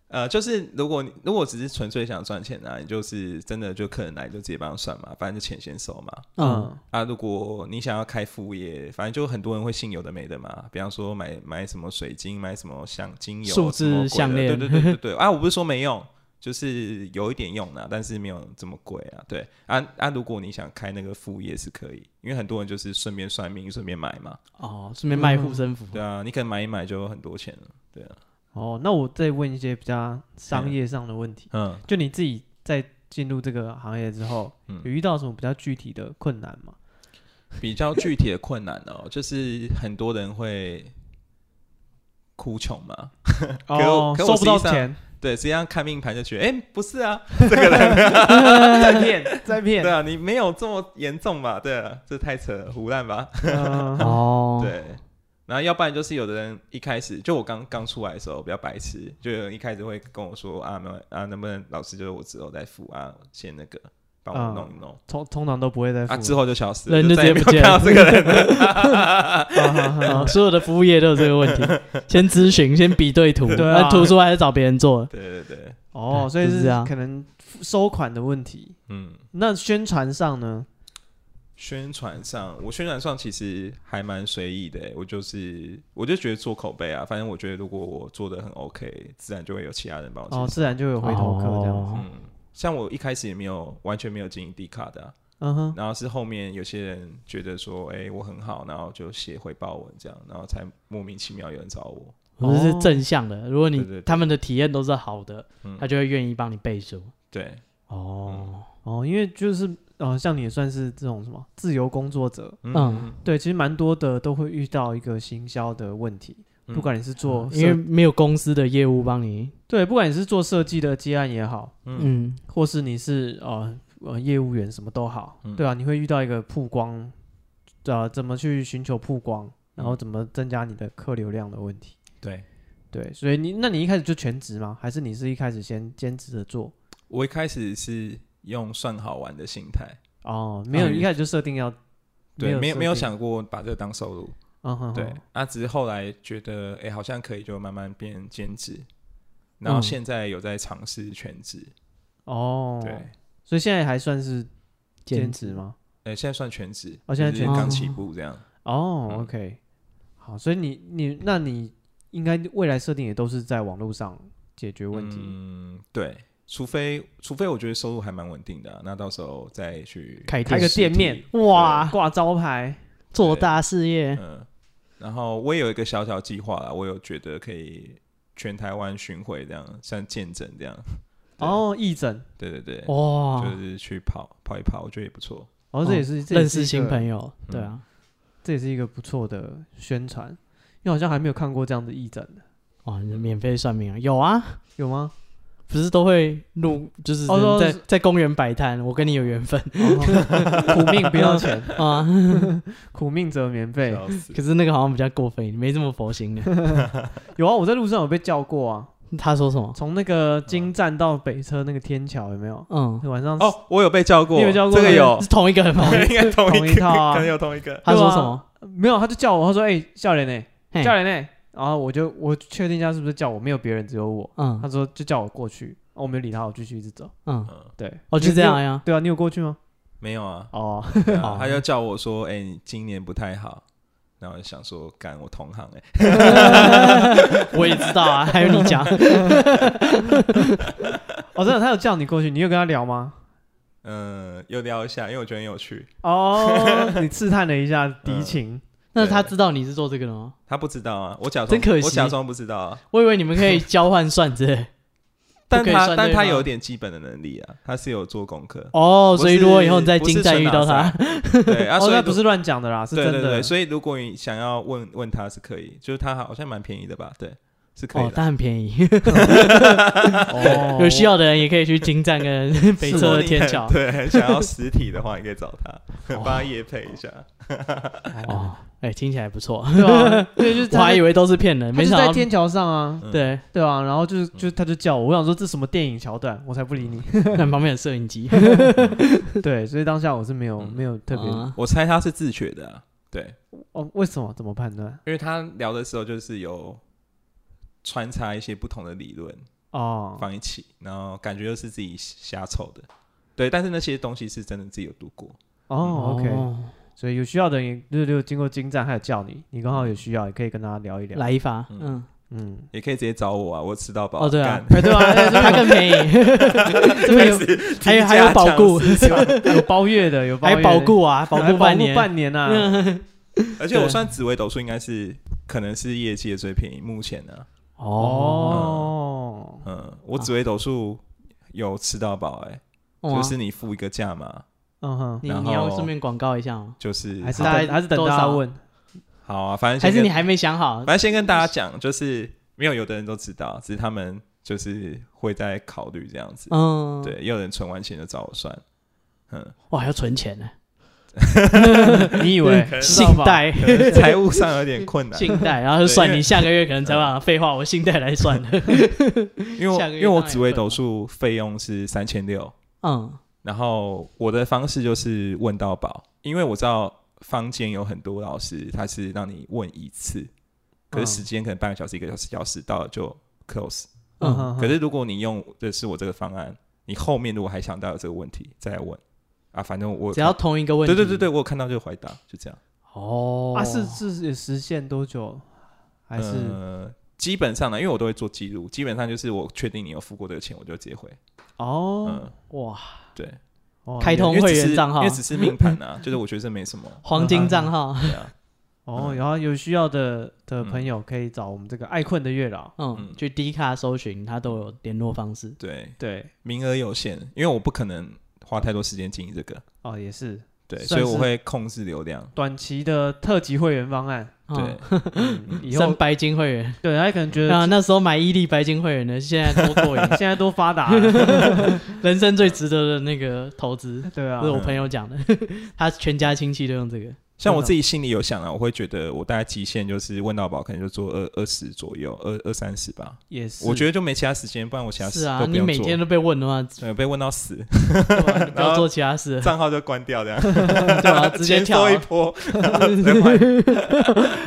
S3: 呃，就是如果你如果只是纯粹想赚钱啊，你就是真的就客人来就直接帮他算嘛，反正就钱先收嘛。
S2: 嗯，
S1: 嗯，
S3: 啊，如果你想要开副业，反正就很多人会信有的没的嘛，比方说买买什么水晶，买什么香精油、
S2: 树枝
S3: 什么鬼的
S2: 项链
S3: 对对
S2: [LAUGHS]
S3: 对对对。啊，我不是说没用，就是有一点用啦，但是没有这么贵啊。对啊啊，如果你想开那个副业是可以，因为很多人就是顺便算命，顺便买嘛。
S2: 哦，顺便卖护身符，
S3: 对啊，你可能买一买就很多钱了。对啊，
S1: 哦，那我再问一些比较商业上的问题，
S3: 嗯，
S1: 就你自己在进入这个行业之后，
S3: 嗯
S1: 有遇到什么比较具体的困难吗？
S3: 比较具体的困难哦，就是很多人会哭穷嘛。可
S1: 哦，
S3: 可
S1: 收
S3: 我
S1: 不到
S3: 实际上
S1: 钱，
S3: [LAUGHS] 对，实际上看命盘就觉得，哎、不是啊，
S1: 在骗， [LAUGHS] 在
S3: 对
S1: 骗，
S3: 啊，你没有这么严重吧？对啊，这太扯了，胡乱吧？
S1: 嗯 [LAUGHS]
S2: 哦，
S3: 对。然后要不然就是有的人一开始就我刚刚出来的时候比较白痴，就有人一开始会跟我说啊，没有啊，能不能老师就是我之后再付啊，先那个帮我
S1: 嗯
S3: 弄一弄、
S1: 通通常都不会再
S3: 啊，
S1: 付
S3: 之后就消失了，
S2: 嗯人就
S3: 再也没
S2: 直
S3: 有
S2: 接
S3: 看到
S2: 不
S3: 这个人
S2: [LAUGHS]
S3: 了。
S1: 啊哈哈
S2: 啊，所有的服务业都有这个问
S3: [LAUGHS]
S2: 题，先咨询，先比对图，
S1: 对啊
S2: 那图出来还是找别人做。
S3: 对对对，
S1: [LAUGHS] 哦，所以
S2: 就是
S1: 是
S2: 这样
S1: 可能付收款的问题。
S3: 嗯。
S1: 那宣传上呢？
S3: 宣传上，我宣传上其实还蛮随意的欸，我就是我就觉得做口碑啊，反正我觉得如果我做的很 OK，自然就会有其他人帮我介绍。
S1: 哦，自然就有回头客这样子。
S2: 哦
S3: 嗯，像我一开始也没有完全没有经营 D 卡的啊、
S1: 嗯哼，
S3: 然后是后面有些人觉得说，哎、我很好，然后就写回报文这样，然后才莫名其妙有人找我。
S2: 我们是
S1: 哦
S2: 正向的，如果
S3: 对对
S2: 你
S3: 对
S2: 他们的体验都是好的
S3: 嗯，
S2: 他就会愿意帮你背书。
S3: 对，
S2: 哦，
S1: 哦，因为就是呃，像你也算是这种什么自由工作者，
S3: 嗯，
S2: 嗯
S1: 对，其实蛮多的都会遇到一个行销的问题，
S3: 嗯
S1: 不管你是做
S2: 因为
S1: 设
S2: 没有公司的业务帮你，
S1: 对，不管你是做设计的接案也好，
S2: 嗯，
S1: 或是你是呃呃业务员什么都好，
S3: 嗯
S1: 对啊，你会遇到一个曝光，呃，怎么去寻求曝光，然后
S3: 嗯
S1: 怎么增加你的客流量的问题。
S3: 对
S1: 对，所以你那你一开始就全职吗？还是你是一开始先兼职的做？
S3: 我一开始是用算好玩的心态，
S1: 哦，没有，
S3: 嗯
S1: 一开始就设定要
S3: 对，没有
S1: 设
S3: 没有
S1: 定，
S3: 想过把这个当收入。
S1: 嗯哼哼，
S3: 对，啊，只是后来觉得，哎、好像可以，就慢慢变兼职，然后
S2: 嗯
S3: 现在有在尝试全职，
S1: 哦，
S3: 对，，
S1: 所以现在还算是兼
S2: 兼
S1: 职吗？
S3: 呃、现在算全职，
S1: 哦现在
S3: 就是
S1: 全
S2: 职
S3: 刚起步这样，
S1: 哦、
S3: 嗯
S1: o k 好，所以你你那你应该未来设定也都是在网络上解决问题，
S3: 嗯，对，除非除非我觉得收入还蛮稳定的啊、那到时候再去
S2: 开
S1: 开个
S2: 店
S1: 店面，
S2: 哇，
S1: 挂招
S2: [LAUGHS]
S1: 牌，
S2: 做大事业，
S3: 嗯、然后我也有一个小小计划啦，我有觉得可以全台湾巡回这样，像见证这样，对
S1: 哦，义诊，
S3: 对对对，
S2: 哇，
S3: 就是去跑跑一跑，我觉得也不错，
S1: 哦，这也是、这也
S2: 认
S1: 是一
S2: 识
S1: 个
S2: 新朋友，
S3: 嗯
S2: 对啊，
S1: 这也是一个不错的宣传，因为好像还没有看过这样的义诊的，
S2: 哇，你免费算命啊，有啊，
S1: 有
S2: [LAUGHS]
S1: 吗？
S2: 不是都会录，就是
S1: 哦都
S2: 在
S1: 是
S2: 在公园摆摊。我跟你有缘分
S1: 哦苦命不要钱，
S2: [LAUGHS] 啊，
S1: 苦命则免费。
S3: 笑死
S2: [LAUGHS] 可是那个好像比较过分，没这么佛心的。
S1: 有啊，我在路上有被叫过啊。
S2: 他说什么？
S1: 从那
S2: 哦
S1: 个金站到北车那个天桥有没有？
S2: [LAUGHS] 嗯，
S1: 晚上
S3: 哦，我有被叫过，
S1: 你有叫过
S3: 这个有
S2: 是，同一个人吗？
S3: [LAUGHS] 应该同
S1: 同
S3: 一
S1: 一
S3: 个，
S1: 套啊
S3: 可能有同一
S2: [LAUGHS]
S3: 个。
S2: 他
S1: 对
S2: 说
S1: 啊
S2: 什么？
S1: 没有，他就叫我，他说：“哎、笑脸呢？
S2: 嘿
S1: 笑脸呢？”然后我就我确定一下是不是叫我，没有别人，只有我。他
S2: 嗯
S1: 说就叫我过去，哦我没有理他，我继续一直走。
S2: 嗯，
S3: 嗯，
S1: 对，
S2: 哦，就
S1: 你
S2: 这样
S1: 你有
S2: [LAUGHS] 呀。
S1: 对啊，你有过去吗？
S3: 没有啊，
S1: 哦，
S3: 对啊
S2: 好
S3: 他就叫我说，哎，你今年不太好。然后我就想说，干我同行哎，
S2: 我也知道啊，还有你 [LAUGHS] 讲，
S1: [LAUGHS] 哦，真的，他有叫你过去，你有跟他聊吗？
S3: 嗯，又聊一下，因为我觉得很有趣。
S1: 哦，你刺探了一下敌
S2: 嗯
S1: 情，
S2: 那他知道你是做这个的吗？
S3: 他不知道啊，我假装，
S2: 真可惜
S3: 我假装不知道啊。
S2: 我以为你们可以交换算之类。
S3: 但
S2: 可以
S3: 他
S2: 算
S3: 但
S2: 对
S3: 他
S2: 吗
S3: 有点基本的能力啊，他是有做功课。
S2: [LAUGHS] 哦，所以
S3: 不是
S2: 如果以后你在
S3: 不是
S2: 金站
S3: 纯
S2: 遇到
S3: 拿
S2: 他
S3: 塞，
S2: [LAUGHS]
S3: 对啊，
S1: 哦，
S3: 所以
S1: 那
S3: 如
S1: 不是乱讲的啦，是
S3: 对
S1: 真
S3: 对
S1: 的
S3: 对，。所以如果你想要问问他是可以，就是他好像蛮便宜的吧？对，是可以
S2: 哦，
S3: 的。
S2: 但很便宜，
S1: 哦
S2: [LAUGHS] 有需要的人也可以去金站跟北
S3: 如
S2: 侧
S3: 果
S2: 的
S3: 你
S2: 天
S3: 很
S2: 桥。
S3: 对，很想要实体的话，你可以找他，帮他夜配一下。
S2: [LAUGHS] 哦，哎，听起来不错，
S1: 对啊，对，就是
S2: 我
S1: 他
S2: 还以
S1: 在
S2: 为都是骗人，
S1: 他
S2: 没
S1: 就
S2: 想
S1: 在
S2: 到嗯
S1: 天桥上啊，
S3: 嗯，
S2: [LAUGHS] 对，
S1: 对啊，然后就是就他就叫我，我想说这什么电影桥段，我才不
S2: [LAUGHS]
S1: 理你。
S2: 那旁边有摄影 [LAUGHS] 机，
S1: 对，所以当下我是没有
S3: 嗯
S1: 没有
S2: [LAUGHS]
S1: 特别
S2: 嗯
S3: 我猜他是自学的、啊，对，
S1: 哦，为什么怎么判断？
S3: 因为他聊的时候就是有穿插一些不同的理论
S1: 哦，
S3: 放一起，然后感觉又是自己瞎凑的。对，但是那些东西是真的自己有读过。
S1: 哦，OK，所以有需要的人，六六经过精湛，还有叫你，你刚好有需要，也可以跟他聊一聊。
S2: 来一发，
S3: 嗯
S2: 嗯，
S1: 嗯，
S3: 也可以直接找我啊，我吃到饱。
S2: 哦对啊
S3: 干，
S2: 哎对啊，哎它更便 [LAUGHS] 宜，这
S3: [LAUGHS]
S2: 边有还有还有保固， [LAUGHS]
S1: 有包月的，有包
S2: 还
S1: 月
S2: 有
S1: 的
S2: 保，固啊，保
S1: 还
S2: 固半年，嗯
S1: 半年啊。
S3: 而
S2: 啊
S3: 且我算紫微斗数应该是可能是业界最便宜，目前呢、啊
S2: 哦，
S1: 哦，
S3: 嗯，我紫微斗数有吃到饱、欸，
S2: 啊哇
S3: 就是你付一个价嘛，
S1: 嗯哼，
S2: 你
S3: 然
S2: 你要
S3: 后
S2: 顺便广告一下吗？
S3: 就是
S1: 还是
S2: 大
S1: 等
S2: 概
S1: 还是等
S2: 多
S1: 大家
S2: 少
S1: 问。
S3: 好啊，反正
S2: 还
S3: 先
S2: 是你
S3: 跟
S2: 还没想好
S3: 反？正先跟大家讲，就是没有有的人都知道，只是他们就是会在考虑这样子。
S2: 嗯，，
S3: 对，也有人存完钱就找我算，嗯，
S2: 哇，还要存钱呢，
S1: [LAUGHS] 你以为
S3: 可能
S2: 信贷，
S3: 可能财务上有点困难，
S2: 信贷，然后就
S3: 对因
S2: 算
S3: 为
S2: 你下个月可能才把废话，我信贷来算的，
S3: 因为我
S2: 下个月
S3: 因为我
S2: 当然
S3: 紫微
S2: 也会
S3: 斗
S2: 嘛
S3: 数费用是三千六，
S2: 嗯，
S3: 然后我的方式就是问到宝，因为我知道坊间有很多老师他是让你问一次，可
S2: 嗯
S3: 是时间可能半个小时、一个小时、小时到了就 close。
S1: 嗯
S2: 嗯
S1: 哼，
S3: 可是如果你用的是我这个方案，你后面如果还想到有这个问题再来问啊，反正我
S2: 只要同一个问
S3: 对
S2: 题，
S3: 对对对，，我有看到就回答，就这样。
S2: 哦，
S1: 啊是是实现多久？还是
S3: 呃、基本上呢，因为我都会做记录，基本上就是我确定你有付过这个钱，我就直接回。
S1: 哦
S3: 嗯，
S2: 哇，
S3: 对，
S1: 哦
S2: 开通
S3: 因为只
S2: 会
S3: 是
S2: 员账号
S3: 因为只是命盘啊， [LAUGHS] 就是我觉得这没什么。
S2: 黄金账号，
S3: 对啊，
S1: 哦，
S3: 嗯
S1: 然后有需要的的
S3: 嗯
S1: 朋友可以找我们这个爱困的月老。
S2: 嗯，
S3: 嗯
S2: 去 D 卡搜寻，它都有联络方式，
S3: 对，
S1: 对，
S3: 名额有限，因为我不可能花太多时间经营这个，
S1: 哦，也是
S3: 对，所
S1: 算
S3: 以
S1: 是
S3: 我会控制流量。
S1: 短期的特级会员方
S3: [LAUGHS]
S1: 案。
S3: 对
S2: 嗯，，
S1: 嗯以
S2: 升
S1: 后
S2: 白金会员。
S1: 对他可能觉
S2: 啊，
S1: 得
S2: 那时候买伊利白金会员的，现在多过瘾，
S1: [LAUGHS] 现在多发达，
S2: 人生最值得的那个投资，
S1: 对啊
S2: 这是，我朋友讲的，
S3: 啊
S2: [LAUGHS] 他全家亲戚都用这个。
S3: 像我自己心里有
S2: [LAUGHS]
S3: 想啊，我会觉得我大概极限就是问到宝，可能就做二二十左右，二二三十吧。
S1: [LAUGHS] 也是。
S3: 我觉得就没其他时间，不然我其他
S2: 是
S3: 事
S2: 啊，
S3: 都不
S2: 你
S3: 用
S2: 每
S3: 做。
S2: 天都被问
S3: [LAUGHS]
S2: 的话，
S3: 对，被问到死，
S2: 对
S3: [LAUGHS]
S2: 啊你
S3: 然
S2: 不要
S3: 后
S2: 做其他事了，
S3: 账号就关掉这
S2: [LAUGHS]
S3: 样，
S2: 对吧？直接
S3: 先
S2: 跳
S3: 做
S2: 啊。
S3: 一波，
S2: [LAUGHS]
S3: 然后再换。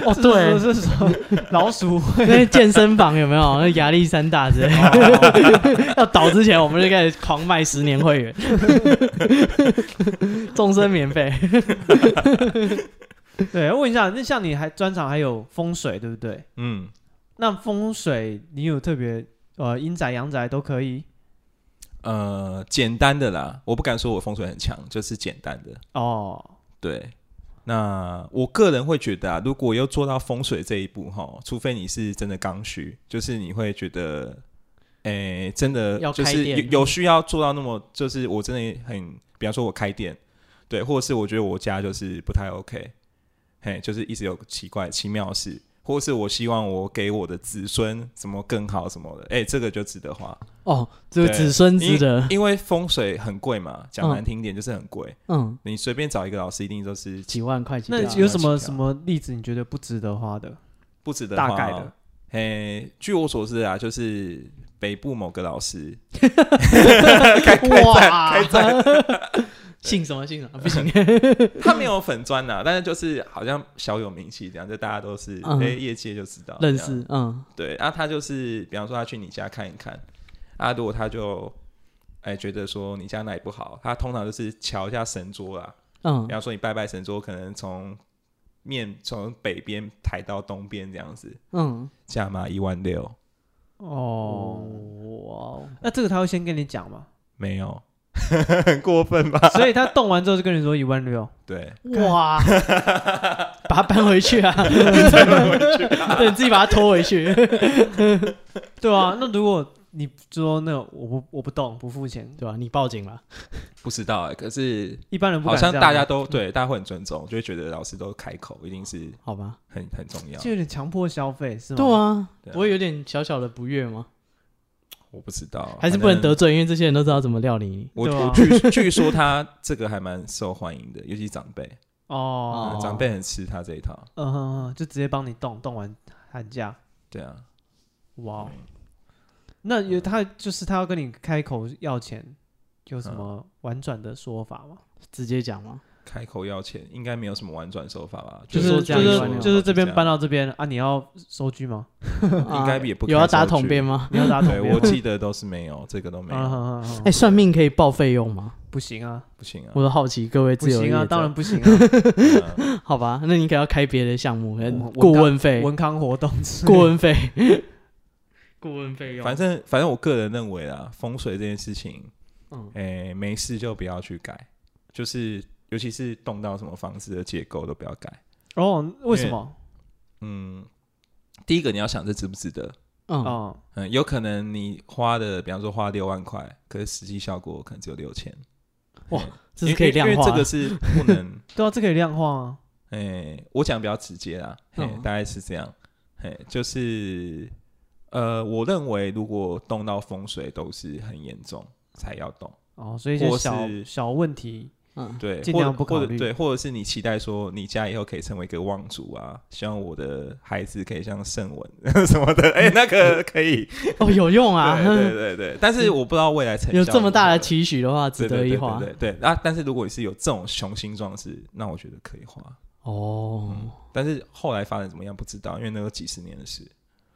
S2: 哦，对，
S1: 是什么老鼠 [LAUGHS] 会
S2: 那健身房有没有那压力山大之类的？
S3: 哦
S2: [LAUGHS] 要倒之前，我们就开始狂卖十年会员， [LAUGHS] 终身免费。
S1: 对，问一下，那像你还专场还有风水，对不对？
S3: 嗯，
S1: 那风水你有特别呃阴宅阳宅都可以
S3: 呃，简单的啦，我不敢说我风水很强，就是简单的。
S1: 哦。
S3: 对，那我个人会觉得啊，如果要做到风水这一步哈，除非你是真的刚需，就是你会觉得，诶、真的
S2: 要
S3: 就
S2: 开
S3: 是
S2: 店嗯
S3: 有有需要做到那么，就是我真的很，比方说我开店，对，或者是我觉得我家就是不太 OK，嘿，就是一直有奇怪奇妙的事。或是我希望我给我的子孙什么更好什么的，哎、这个就值得花，
S2: 哦，就
S3: 对
S2: 子孙值得，
S3: 因为风水很贵嘛，讲
S2: 嗯
S3: 难听点就是很贵。
S2: 嗯，
S3: 你随便找一个老师，一定都是
S2: 几万块钱。
S1: 那
S3: 对啊
S1: 有什么
S3: 几条
S1: 什么例子你觉得不值得花的？
S3: 不值得
S1: 大
S3: 花
S1: 概
S3: 哦
S1: 的
S3: 嘿，据我所知啊，就是北部某个老师，
S2: 哇， [LAUGHS] 姓什么姓什么？不行，
S3: [LAUGHS] 他没有粉砖呐、但是就是好像小有名气这样，就大家都是哎、
S2: 嗯
S3: 诶业界就知道
S2: 认
S3: 这样
S2: 识，嗯，
S3: 对，啊，他就是比方说他去你家看一看，啊，如果他就哎、觉得说你家哪里不好，他通常就是瞧一下神桌啦，
S2: 嗯
S3: 比，方说你拜拜神桌，可能从面从北边抬到东边这样子，
S2: 嗯，
S3: 价码一万六，
S1: 哦，
S2: 哇，
S1: 那这个他会先跟你讲 [LAUGHS] 嘛？
S3: 没有， [LAUGHS] 很过分吧？
S1: 所以他动完之后就跟你说一万六，
S3: 对，
S2: 哇，把它搬回去啊！ [LAUGHS] 对，自己把它拖回去。
S1: 对啊。那如果你说那我不我不动不付钱，
S2: 对吧、你报警了，
S3: 不知道哎、可是
S1: 一般人不
S3: 好
S1: 敢
S3: 像
S1: 这样啊
S3: 大家都对，大家会很尊重，就会觉得老师都开口，一定是
S2: 好吧？
S3: 很很重要
S1: 就。有点强迫消费是吗？
S2: 对啊，
S3: 对啊
S2: 不会有点小小的不悦吗？
S3: 我不知道，
S2: 还是
S3: 反
S2: 不能
S3: 正
S2: 得罪，因为这些人都知道怎么料理你。
S3: 我
S1: 对啊
S3: 我据据说他这个还蛮受欢迎的，尤其长辈，
S1: [LAUGHS] 哦，
S3: 嗯长辈很吃他这一套。
S1: 嗯哼哼，就直接帮你动动完寒假，
S3: 对啊，
S1: 哇哦。那有他就是他要跟你开口要钱，有什么婉转的说法吗？
S2: 直接讲吗？
S3: 开口要钱，应该没有什么婉转手法吧？
S1: 就
S2: 说
S1: 是就
S2: 这样
S1: 是
S2: 一万六
S1: 就是这边搬
S3: 到，
S1: 到这边啊，你要收据 [LAUGHS] 吗？
S3: 应该也不
S2: 啊有要
S3: 开
S2: 打
S3: 收据
S2: 桶边吗？
S1: 你要打桶
S3: 对
S1: 边
S3: 我
S1: 吗？
S3: 记得都是没有，这个都没
S1: 啊
S3: 有，
S1: 哼哼哼
S2: 哎、算命可以报费用吗？
S1: 不行啊， [LAUGHS]
S3: 不行啊
S2: 我。都好奇各位
S1: 不
S2: 自由
S1: 行啊，
S2: 业者
S1: 当然不 [LAUGHS] 行啊，
S3: 对啊
S2: 好吧，那你可要开别的项目，呃
S1: 我
S2: 顾问费、
S1: 文康活动之类的
S2: 顾问费、顾问费用。
S3: 反正反正我个人认为啦，风水这件事情，
S2: 嗯
S3: 诶，没事就不要去改，就是尤其是动到什么房子的结构都不要改。
S1: 哦，为什么？
S3: 嗯，第一个你要想这值不值得，
S2: 嗯，
S1: 哦，
S3: 嗯，有可能你花的，比方说花六万块，可是实际效果可能只有六千。
S2: 哇
S3: 嗯，
S2: 这是可以
S3: 因为
S2: 量
S3: 因为
S2: 化
S3: 这
S2: 的
S3: 个。是不能， [LAUGHS]
S1: 对啊，这可以量化啊。
S3: 哎、我讲比较直接啦，嘿
S2: 嗯
S3: 大概是这样，嘿、就是呃，我认为如果动到风水都是很严重才要动，
S1: 哦，所以一些
S3: 或
S1: 小
S3: 是
S1: 小问题，
S2: 嗯，
S3: 对，
S1: 尽
S3: 或
S1: 量
S3: 者
S1: 不考
S3: 或者
S1: 虑
S3: 对，或者是你期待说你家以后可以成为一个望族啊，希望我的孩子可以像圣文 [LAUGHS] 什么的，哎、那个可以，
S2: 哦，有用 [LAUGHS] 啊！
S3: 对对对对，但是我不知道未来成效
S2: [LAUGHS] 有这么大的
S3: 如何
S2: 期许的话，值
S3: 对
S2: 得
S3: 对
S2: 一
S3: 对
S2: 花
S3: 对对对啊！但是如果你是有这种雄心壮志，那我觉得可以花。
S2: 哦。
S3: 但是后来发展怎么样不知道，因为那有几十年的事。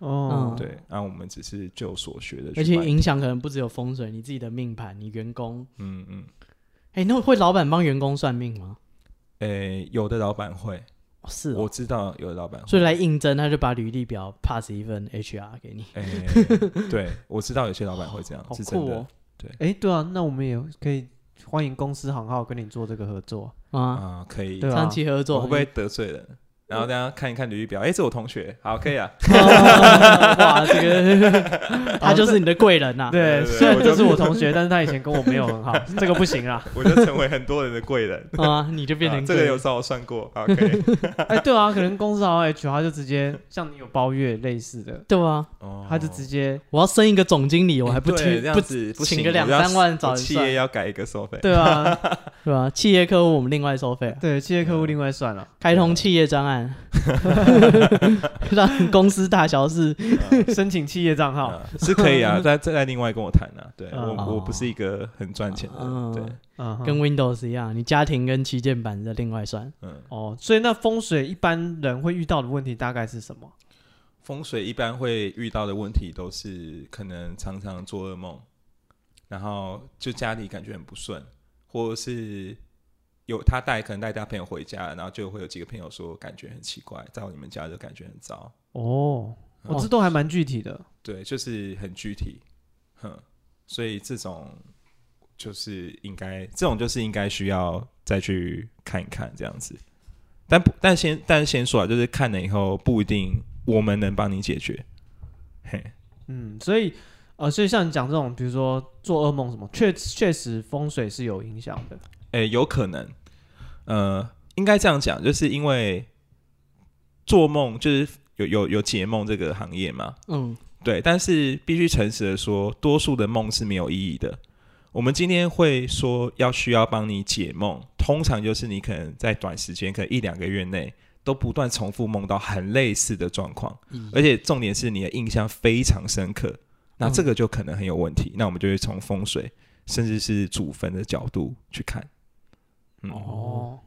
S1: 哦
S2: 嗯，
S3: 对，然、后我们只是就所学的去
S2: 而且
S3: 买
S2: 影响可能不只有风水，你自己的命盘，你员工，
S3: 嗯嗯，
S2: 哎，那会老板帮员工算命吗？
S3: 诶，有的老板会，
S2: 哦是
S3: 我
S2: 哦，
S3: 知道有的老板会。
S2: 所以来应征，他就把履历表 pass 一份 HR 给你，
S3: 诶，对，我知道有些老板会这样，
S2: 好
S3: 是真
S2: 酷
S3: 的。
S2: 哦
S1: 哎，对啊，那我们也可以欢迎公司行号跟你做这个合作，
S2: 啊，
S3: 啊、可以。
S1: 对啊
S2: 长期合
S3: 我
S2: 作
S3: 会
S2: [LAUGHS]
S3: 不会得罪人？然
S2: 嗯
S3: 后大家看一看履历表，诶，这我同学，好，可以啊。
S2: 哦哇，这
S3: [LAUGHS]
S2: 个他就是你的贵人啊呐、
S1: 对，
S3: 对对
S1: 虽然
S3: 我
S1: 这
S3: 就是
S1: 我同学，但是他以前跟我没有很好，这个不行啊 [LAUGHS] 啦。
S3: 我就成为很多人的贵人。
S2: 啊，你就变
S3: 啊
S2: 成
S3: 这
S2: 贵
S3: 个
S2: 人
S3: 有找我算过，好，可
S2: [LAUGHS]
S3: 以。
S1: 哎，对啊，可能公司行号 HR 就直接像你有包月类似的，
S2: 对啊，
S3: 哦
S1: 他就直接
S2: 我要升一个总经理，我
S3: 欸
S2: 还不
S3: 对
S2: 听
S3: 这样
S2: 不
S3: 子不
S2: 请
S3: 行
S2: 个
S3: 我
S2: 两
S3: 要
S2: 三万找
S3: 我
S2: 人
S3: 企
S2: 算
S3: 业要改一个收费。
S1: 对
S3: [LAUGHS]
S1: 啊，
S2: 是吧？企业客户我们另外收费啊，
S1: 对，企业客户另外算了，
S2: 开
S3: 啊
S2: 通企业专案， [LAUGHS] 让公司大小事 [LAUGHS]
S1: 申请企业账号，
S3: 啊，是可以啊，再再来另外跟我谈啊。
S2: [LAUGHS]
S3: 对
S1: 嗯
S3: 我我不是一个很赚钱的
S2: 嗯，
S3: 对，
S1: 嗯哼，
S2: 跟 Windows 一样，你家庭跟旗舰版的另外算。
S3: 嗯，
S1: 哦，所以那风水一般人会遇到的问题大概是什么？
S3: 风水一般会遇到的问题都是可能常常做噩梦，然后就家里感觉很不顺，或者是。有他带可能带他朋友回家，然后就会有几个朋友说感觉很奇怪，在你们家就感觉很糟，
S1: 哦，我、
S2: 哦
S1: 这都还蛮具体的。
S3: 对，就是很具体，哼，所以这种就是应该，这种就是应该需要再去看一看这样子。但不，但先，但先说啊，就是看了以后不一定我们能帮你解决。嘿，
S1: 嗯，所以呃，所以像你讲这种，比如说做噩梦什么，确确实风水是有影响的。
S3: 诶、有可能，呃，应该这样讲，就是因为做梦就是有有有解梦这个行业嘛，
S2: 嗯，
S3: 对，但是必须诚实的说，多数的梦是没有意义的。我们今天会说要需要帮你解梦，通常就是你可能在短时间，可能一两个月内，都不断重复梦到很类似的状况，
S2: 咦
S3: 而且重点是你的印象非常深刻，那
S2: 嗯
S3: 这个就可能很有问题。那我们就会从风水甚至是祖坟的角度去看。嗯，
S1: 哦，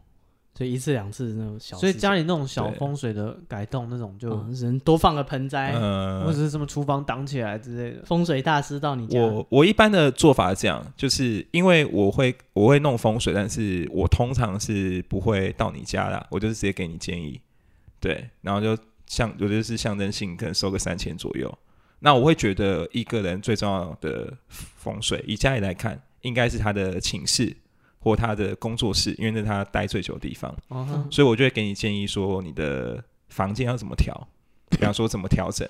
S2: 所以一次两次那种小事情，
S1: 所以家里那种小
S3: 对
S1: 风水的改动那种就，
S2: 嗯人多放个盆栽，
S1: 或者
S3: 呃，
S1: 是什么厨房挡起来之类的。
S2: 风水大师到你家，
S3: 我我一般的做法是这样，就是因为我会我会弄风水，但是我通常是不会到你家啦，我就是直接给你建议，对，然后就象我就是象征性可能收个三千左右。那我会觉得一个人最重要的风水，以家里来看，应该是他的寝室或他的工作室，因为那是他待最久的地方。
S1: 哦哼
S3: 所以我就会给你建议说，你的房间要怎么调，比方说怎么调
S1: [LAUGHS]
S3: 整，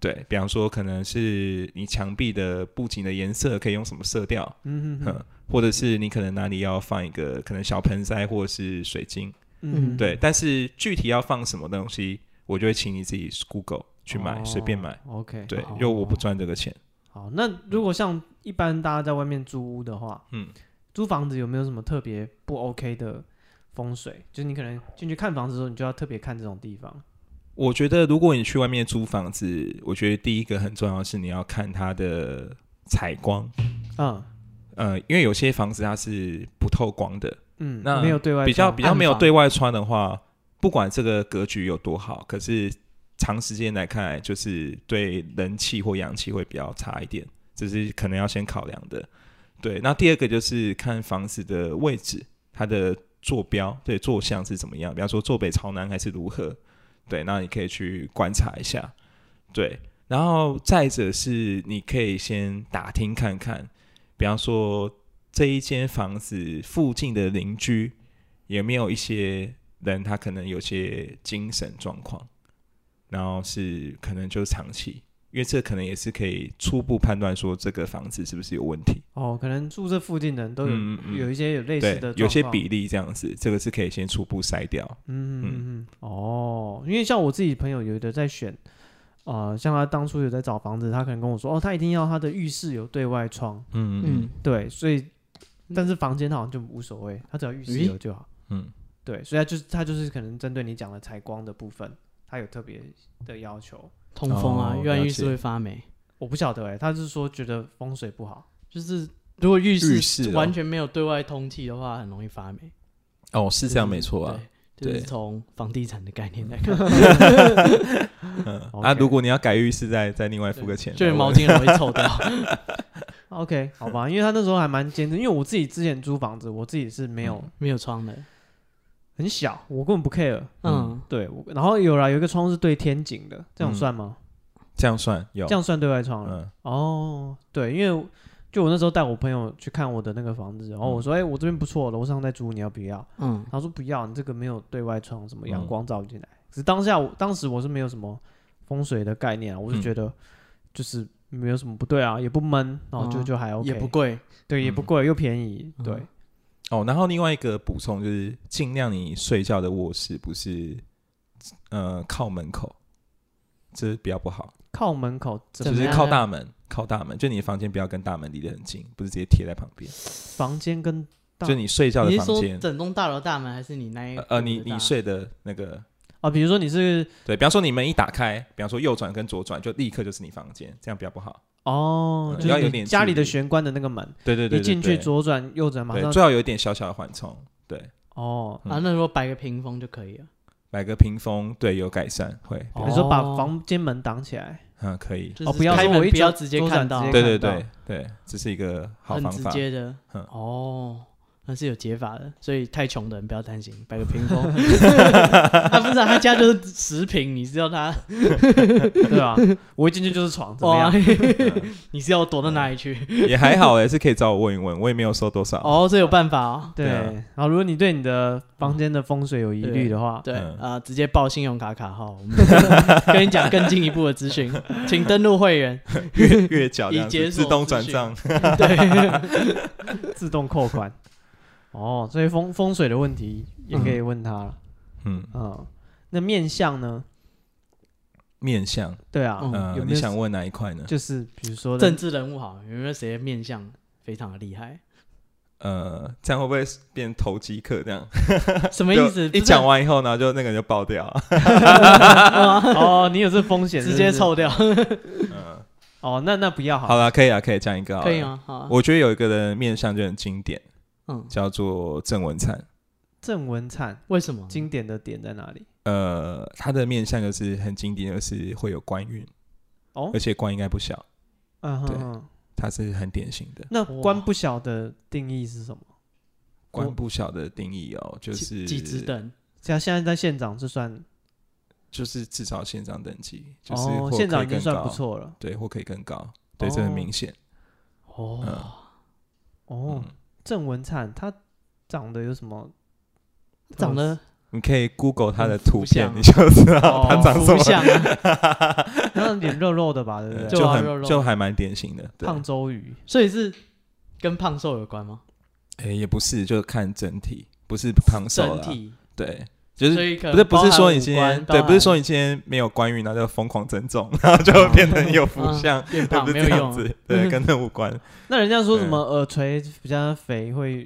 S3: 对比方说可能是你墙壁的布景的颜色可以用什么色调，
S1: 嗯哼哼
S3: 嗯，或者是你可能哪里要放一个可能小盆栽或者是水晶，
S1: 嗯，
S3: 对，但是具体要放什么东西，我就会请你自己 Google 去买，随、便买，
S1: 哦。OK，
S3: 对，
S2: 哦
S3: 因为我不赚这个钱。
S1: 好。那如果像一般大家在外面租屋的话，
S3: 嗯，
S1: 租房子有没有什么特别不 OK 的风水？就是你可能进去看房子的时候，你就要特别看这种地方。
S3: 我觉得如果你去外面租房子，我觉得第一个很重要的是你要看它的采光，
S1: 嗯
S3: 呃，因为有些房子它是不透光的，
S1: 嗯，
S3: 那
S1: 没有对外
S3: 比较
S1: 窗
S3: 比较没有
S2: 暗房
S3: 对外窗的话，不管这个格局有多好，可是长时间来看，就是对人气或阳气会比较差一点，这是可能要先考量的。对，那第二个就是看房子的位置，它的坐标对坐向是怎么样，比方说坐北朝南还是如何？对，那你可以去观察一下。对，然后再者是你可以先打听看看，比方说这一间房子附近的邻居有没有一些人他可能有些精神状况，然后是可能就是长期，因为这可能也是可以初步判断说这个房子是不是有问题，
S1: 哦，可能住这附近的人都有、
S3: 嗯嗯嗯
S1: 有一些有类似
S3: 对
S1: 的，，
S3: 有些比。例这样子，这个是可以先初步筛掉。
S1: 嗯嗯
S3: 嗯
S1: 嗯，哦，因为像我自己朋友有的在选，呃，像他当初有在找房子，他可能跟我说，哦，他一定要他的浴室有对外窗，
S3: 嗯
S2: 嗯，
S1: 对，所以但是房间好像就无所谓，他只要浴室
S2: 咦
S1: 有就好，
S3: 嗯，
S1: 对，所以他就是他就是可能针对你讲的采光的部分，他有特别的要求，
S2: 通风啊，
S3: 哦
S2: 越暗
S3: 了
S2: 浴室
S3: 解
S2: 会发霉，
S1: 我不晓得哎、他是说觉得风水不好，
S2: 就是如果浴室
S3: 浴室哦
S2: 完全没有对外通气的话，很容易发霉。
S3: 哦，是
S2: 就
S3: 这样没错啊。
S2: 对，就是
S3: 对
S2: 从房地产的概念来看，
S3: 嗯，
S1: OK
S3: 啊，如果你要改浴室，再再另外付个钱。
S2: 就是
S3: 来
S2: 毛
S3: 问
S2: 巾很容易臭掉。
S1: OK，好嗯吧，因为他那时候还蛮坚持，因为我自己之前租房子，我自己是没有、
S2: [LAUGHS] 没有窗的，
S1: 很小，我根本不 care。
S2: 嗯，
S1: 对，我然后有啦，有一个窗是对天井的，这样算吗？
S3: 这样算有
S1: 这样算对外窗了。
S3: 嗯
S1: 哦，对，因为就我那时候带我朋友去看我的那个房子，然
S3: 嗯
S1: 后我说，哎、我这边不错，楼上在租，你要不要？
S2: 嗯，
S1: 他说不要，你这个没有对外窗，什么
S3: 嗯
S1: 阳光照不进来。只是当下我当时我是没有什么风水的概念啊，我就
S3: 嗯
S1: 觉得就是没有什么不对啊，也不闷，然后就、
S2: 嗯
S1: 就还 OK，
S2: 也不贵，
S1: 对，也不贵又便宜，
S2: 嗯
S1: 对，
S3: 哦，然后另外一个补充就是，尽量你睡觉的卧室不是呃靠门口，这是比较不好，
S1: 靠门口
S2: 怎
S1: 整
S3: 就
S2: 么
S3: 是
S2: 样
S3: 靠
S2: 呢
S3: 大门，靠大门，就你的房间不要跟大门离得很近，不是直接贴在旁边，
S1: 房间跟大
S3: 就你睡觉的
S2: 你是
S3: 房
S2: 说
S3: 间，
S2: 整栋大楼大门，还是你那一
S3: 呃呃，你
S2: 户的
S3: 你
S2: 大
S3: 睡的那个，
S1: 啊，比如说你是
S3: 对，比方说你门一打开，比方说右转跟左转，就立刻就是你房间，这样比较不好。
S1: 哦，
S3: 嗯
S1: 就
S3: 要
S1: 是
S3: 有
S1: 你
S3: 点
S1: 家
S3: 距
S1: 里的
S3: 离
S1: 玄关的那个门，
S3: 对对对，
S1: 一进去
S3: 做，
S1: 左转右转，马
S3: 对，
S1: 上
S3: 最好有一点小小的缓冲，对，
S1: 哦。
S2: 啊？那如果摆个屏风就可以了。
S3: 买个屏风，对，有改善会，
S1: 比如说把
S2: 哦
S1: 房间门挡起来，
S3: 嗯，可以，
S2: 就
S1: 哦
S2: 是
S1: 不要
S2: 开
S1: 说我
S2: 门
S1: 一
S2: 不要
S1: 转
S2: 直接
S1: 左转
S2: 看到，
S1: 直接
S3: 对对
S1: 看
S3: 对对，这是一个好
S2: 很
S3: 方
S2: 直
S3: 法。
S2: 接的
S3: 嗯。
S2: 哦，那是有解法的，所以太穷的人不要担心，摆个屏
S3: [LAUGHS]
S2: 风。他不是啊他家就是十平，你知道他
S1: 对啊吧？我一进去就是床，怎么
S2: 哇
S1: 样？，
S3: 嗯
S2: [LAUGHS] 你是要躲到哪里去？
S3: [LAUGHS] 也还好哎、是可以找我问一问，我也没有收多少。 [LAUGHS]
S2: 哦，这有办法哦。
S1: 对
S3: 对啊。
S1: 然后如果你对你的房间的风水有疑虑的话，
S2: 对
S3: 嗯
S2: 啊，直接报信用卡卡号，我们跟你讲更进一步的资
S3: [LAUGHS]
S2: 讯，请登录会员。
S3: 月月缴这样
S2: 已解
S3: 子
S2: 锁
S3: 自动转账，
S2: 对，
S1: 自动扣款。 [LAUGHS] 哦，所以风风水的问题也可以问他了。
S3: 嗯，
S1: 嗯，那面相呢？
S3: 面相，
S1: 对啊，
S2: 嗯
S3: 呃
S1: 有，没
S3: 你
S1: 有
S3: 想问哪一块呢？
S1: 就是比如说人
S2: 政治人物好，有没有谁面相非常的厉害？
S3: 呃，这样会不会变投机客？这样
S2: 什么
S3: 就
S2: 意思？
S3: 一讲完以后呢，就那个人就爆掉。
S2: [LAUGHS]
S1: [LAUGHS] 哦，你有这风险，
S2: 不是直接
S1: 抽。
S2: 抽掉，
S3: 嗯，
S1: 哦，那那不要好
S3: 好
S1: 了。
S3: 了，可以啊，可以讲一个好了。
S2: 可以吗？好啊，
S3: 我觉得有一个人面相就很经典，
S2: 嗯，
S3: 叫做郑文灿。
S1: 郑文灿
S2: 为什么？
S1: 经典的点在哪里？
S3: 呃，他的面相就是很经典，就是会有官运，
S1: 哦
S3: 而且官应该不小，
S1: 嗯哼
S3: 对
S1: 哼，
S3: 他是很典型的。
S1: 那
S2: 哇
S1: 官不小的定义是什么？
S3: 官不小的定义哦，就是
S2: 几职等？
S1: 像现在在县长是算
S3: 就是至少县长等级，就是
S1: 哦
S3: 或，
S1: 县长
S3: 可
S1: 已
S3: 以
S1: 经
S3: 更
S1: 算
S3: 高
S1: 不，错了。
S3: 对，或可以更高，对，这很
S1: 哦
S3: 明显。
S2: 哦，
S1: 哦
S3: 嗯，
S1: 郑文灿他长得有什么？
S2: 长得
S3: 你可以 Google 他的
S2: 很
S3: 图
S2: 福
S3: 片
S2: 相，啊
S3: 你就知道
S1: 哦
S3: [LAUGHS] 他长 [LAUGHS] 什
S2: 不
S3: 么，
S2: 像啊， [LAUGHS]
S1: 然后脸肉肉的吧，对不
S3: 嗯
S1: 对？
S2: 就
S3: 就
S2: 啊肉
S3: 很
S2: 肉
S3: 就还蛮典型的。对，
S1: 胖周瑜
S2: 所以是跟胖瘦有关吗？
S3: 诶，也不是，就看整体，不是胖瘦
S2: 整
S3: 啦，
S2: 体，
S3: 对，就是
S2: 所以可
S3: 不是
S2: 能
S3: 不
S2: 包
S3: 是
S2: 含
S3: 说你
S2: 五
S3: 今
S2: 官
S3: 天
S2: 包
S3: 对，不是
S2: 含
S3: 说你今天没有官运，然后就疯狂增重，然后就会变成有福
S2: 嗯
S3: 相，对，
S2: 变胖
S3: 不是
S2: 没
S3: 这
S2: 有
S3: 样
S2: 用，
S3: 子，对，跟那无
S2: [LAUGHS]
S3: 关。
S1: 那人家说什么耳垂比较肥会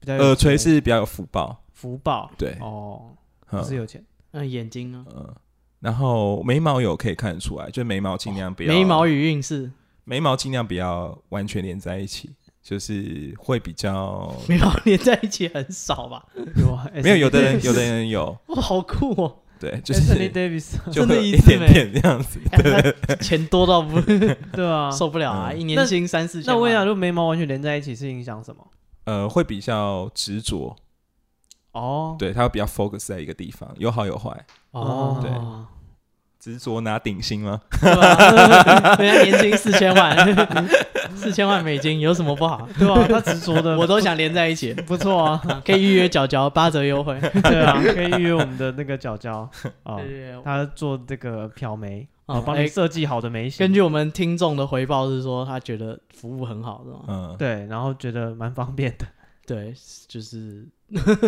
S1: 比较有
S3: 耳垂
S1: 钱
S3: 是比较有福报，
S1: 福报
S3: 对，
S1: 哦，不是
S3: 嗯
S1: 有钱
S2: 嗯，眼睛啊，
S3: 嗯，然后眉毛有可以看得出来，就眉毛尽量不要啊
S2: 眉毛与运势，
S3: 眉毛尽量不要完全连在一起，就是会比较
S2: [LAUGHS] 眉毛连在一起很少吧？ [LAUGHS]
S1: 有啊
S3: [LAUGHS] 没有有的人
S1: SD
S3: 有的人有，
S2: 哇，好酷
S3: [LAUGHS]
S2: 哦，
S3: 对，就
S1: Anthony
S3: 是
S1: Davis [LAUGHS]
S3: 就
S2: 真的
S3: 会有
S2: 一
S3: 一
S2: 字
S3: 点
S2: 眉
S3: 点这样
S2: [LAUGHS]
S3: 子，对，
S2: 钱多到不。
S1: 对啊
S2: 受不了啊！
S3: 嗯
S2: 一
S1: 那
S2: 年薪三四千
S1: 那
S2: 万，
S1: 我跟你
S3: 啊
S1: 讲，如果眉毛完全连在一起是影响什么？
S3: 呃，会比较执着，
S1: 哦，
S3: 对，他会比较 focus 在一个地方，有好有坏。
S2: 哦，
S3: 对执着拿顶薪吗？
S2: 对吧 [LAUGHS] 人家年薪四千万， [LAUGHS] 四千万美金有什么不好？
S1: 对啊，他执着的，
S2: 我都想连在
S1: [LAUGHS]
S2: 一起，
S1: 不错啊，
S3: [LAUGHS]
S2: 可以预约角角八折优惠。
S1: 对啊，可以预约我们的那个角
S3: [LAUGHS]
S1: 角啊，
S2: 对对对
S1: 他做这个漂眉啊，
S2: 哦
S1: 帮你
S2: 哎
S1: 设计好的眉形，
S2: 根据我们听众的回报是说，他觉得服务很好，是吗？
S3: 嗯，
S1: 对，然后觉得蛮方便的，
S2: 对，就是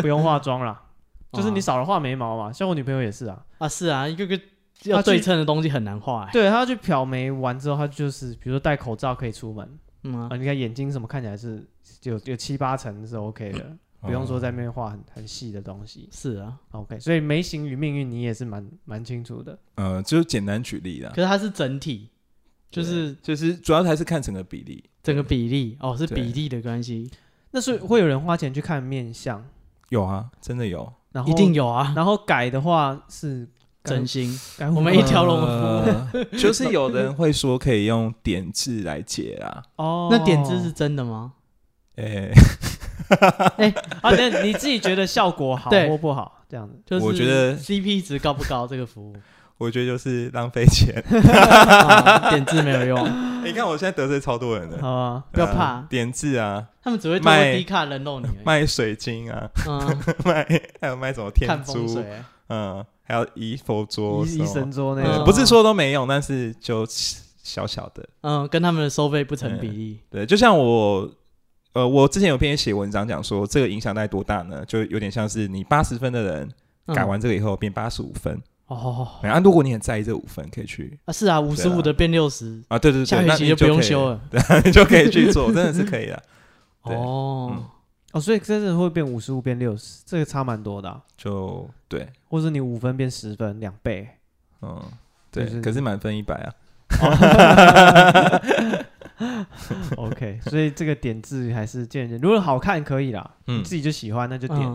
S1: 不用化妆啦，
S2: [LAUGHS]
S1: 就是你
S2: 啊
S1: 少了画眉毛嘛，像我女朋友也是啊，
S2: 啊，是啊，一个个 [LAUGHS] 要
S1: 他去
S2: 对称的东西很难画、欸。
S1: 对，她去漂眉完之后，她就是比如说戴口罩可以出门
S2: 嗯啊、
S1: 啊，你看眼睛什么看起来是有有七八成是 OK
S2: [CLEARS THROAT]
S1: 的，不用说
S3: 哦
S2: 哦
S1: 在那边画很很细的东西
S2: 是啊，
S1: ，OK，所以眉形与命运你也是蛮蛮清楚的，
S3: 呃，就是简单举例啦
S2: 可，是它是整体，就是
S3: 就是主要还是看整个比例。
S2: 整个比例哦，是
S3: 对
S2: 比例的关系，
S1: 那
S2: 嗯
S1: 是会有人花钱去看面相，
S3: 有啊，真的有。
S1: 然后
S2: 一定有啊，
S1: 然后改的话是改
S2: 整形
S1: 改
S2: 我们
S1: 五
S2: [LAUGHS] 一
S1: 官
S2: 条龙
S3: 呃，
S2: [LAUGHS]
S3: 就是有人会说可以用点痣来解啦。
S1: 哦，
S2: 那点痣是真的吗？
S3: [LAUGHS] 诶、
S1: 啊，那你自己觉得效果好
S2: 对
S1: 或不好这样子？
S2: 就是
S3: 我觉得
S2: CP 值高不高这个 [LAUGHS] 服务，
S3: 我觉得就是浪费钱。 [LAUGHS]
S2: 啊点痣没有用，
S3: 你看我现在得罪超多人的，
S1: 好啊，
S2: 不要
S3: 呃
S2: 怕
S3: 点痣啊，
S2: 他们只会通过
S3: 卖
S2: 低卡人肉你而已，
S3: 卖水晶啊， [LAUGHS]
S2: 嗯，
S3: 卖还有卖什么
S2: 看
S3: 天
S2: 风水
S3: 珠，
S2: 欸，
S3: 嗯，还有仪佛桌什
S1: 医啊
S3: 么，
S1: 医神桌那
S3: 对
S1: 种
S2: 嗯
S3: 不是说都没用，但是就小小的。
S2: 嗯，跟他们的收费不成比例，
S3: 对，就像我，呃，我之前有篇写文章讲说，这个影响大概多大呢？就有点像是你八十分的人
S2: 嗯
S3: 哎改完这个以后变八十五分，
S2: 哦，
S3: 然后、如果你很在意这五分，可以去
S2: 啊是啊，五十
S3: 对啊
S2: 五的变六十，
S3: 啊，对对
S2: 下
S3: 对，
S2: 学
S3: 那
S2: 期
S3: 你
S2: 就不用
S3: [LAUGHS]
S2: 修
S3: 了，
S2: 了，
S3: 你就可以去做，真的是可以啊的，对
S2: 哦
S3: 嗯。
S1: 哦，所以真的会变五十五变六十，这个差蛮多的啊、
S3: 就对，
S1: 或是你五分变十分，两 [LAUGHS] 倍。
S3: 嗯。对
S1: 就是，
S3: 可是满分一百啊，
S1: OK，所以这个点痣还是见仁见智。如果好看可以啦，
S3: 嗯
S1: 你自己就喜欢那就点了。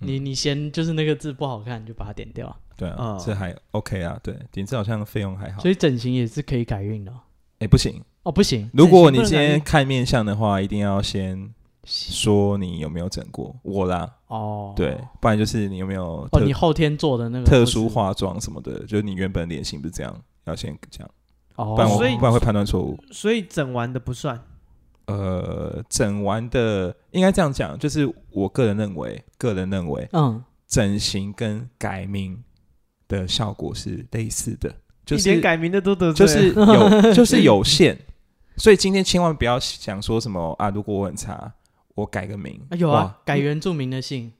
S3: 嗯
S2: 你你嫌就是那个字不好看，你就把它点掉。
S3: 对啊
S1: 嗯，
S3: 这还 OK 啊，对，顶次好像费用还好
S2: 所，以整形也是可以改运的哦。
S3: 哎，不行，
S2: 哦，不行，
S3: 如果你
S1: 整形不能改
S3: 今天
S1: 运
S3: 看面相的话，一定要先说你有没有整过我啦，
S2: 哦，
S3: 对，不然就是你有没有
S2: 哦，
S3: 特
S2: 你后天做的那个
S3: 特殊
S2: 化，
S3: 化妆什么的，就是你原本脸型不是这样，要先这样，
S2: 哦，
S3: 不然我、
S1: 所以
S3: 不然会判断错误。
S1: 所以整完的不算。
S3: 呃，整完的应该这样讲，就是我个人认为，个人认为
S2: 嗯，
S3: 整形跟改名的效果是类似的，就
S1: 你连
S3: 是
S1: 改名的都得罪
S3: 就
S1: 了，
S3: 是有 [LAUGHS] 就是有限，所以今天千万不要想说什么啊，如果我很差，我改个名，
S2: 啊有
S3: 哇
S2: 啊，改原住民的姓，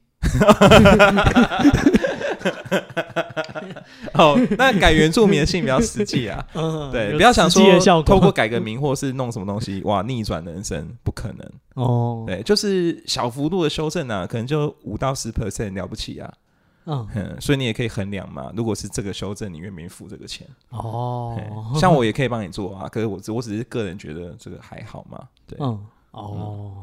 S3: 哦，那改原住民的姓比较实际
S2: [LAUGHS]
S3: 啊。
S2: 嗯，
S3: 对，
S2: 有
S3: 不要想
S2: 实际的效
S3: 说
S2: 果
S3: 透过改个名或是弄什么东西，哇，逆转人生不可能。
S2: 哦，
S3: 对，就是小幅度的修正啊，可能就五到十 percent 了不起啊，
S2: 嗯，
S3: 嗯，所以你也可以衡量嘛。如果是这个修正，你愿不愿意付这个钱？
S2: 哦，
S3: 嘿像我也可以帮你做啊，可是我只我只是个人觉得这个还好嘛。对，
S2: 嗯，哦，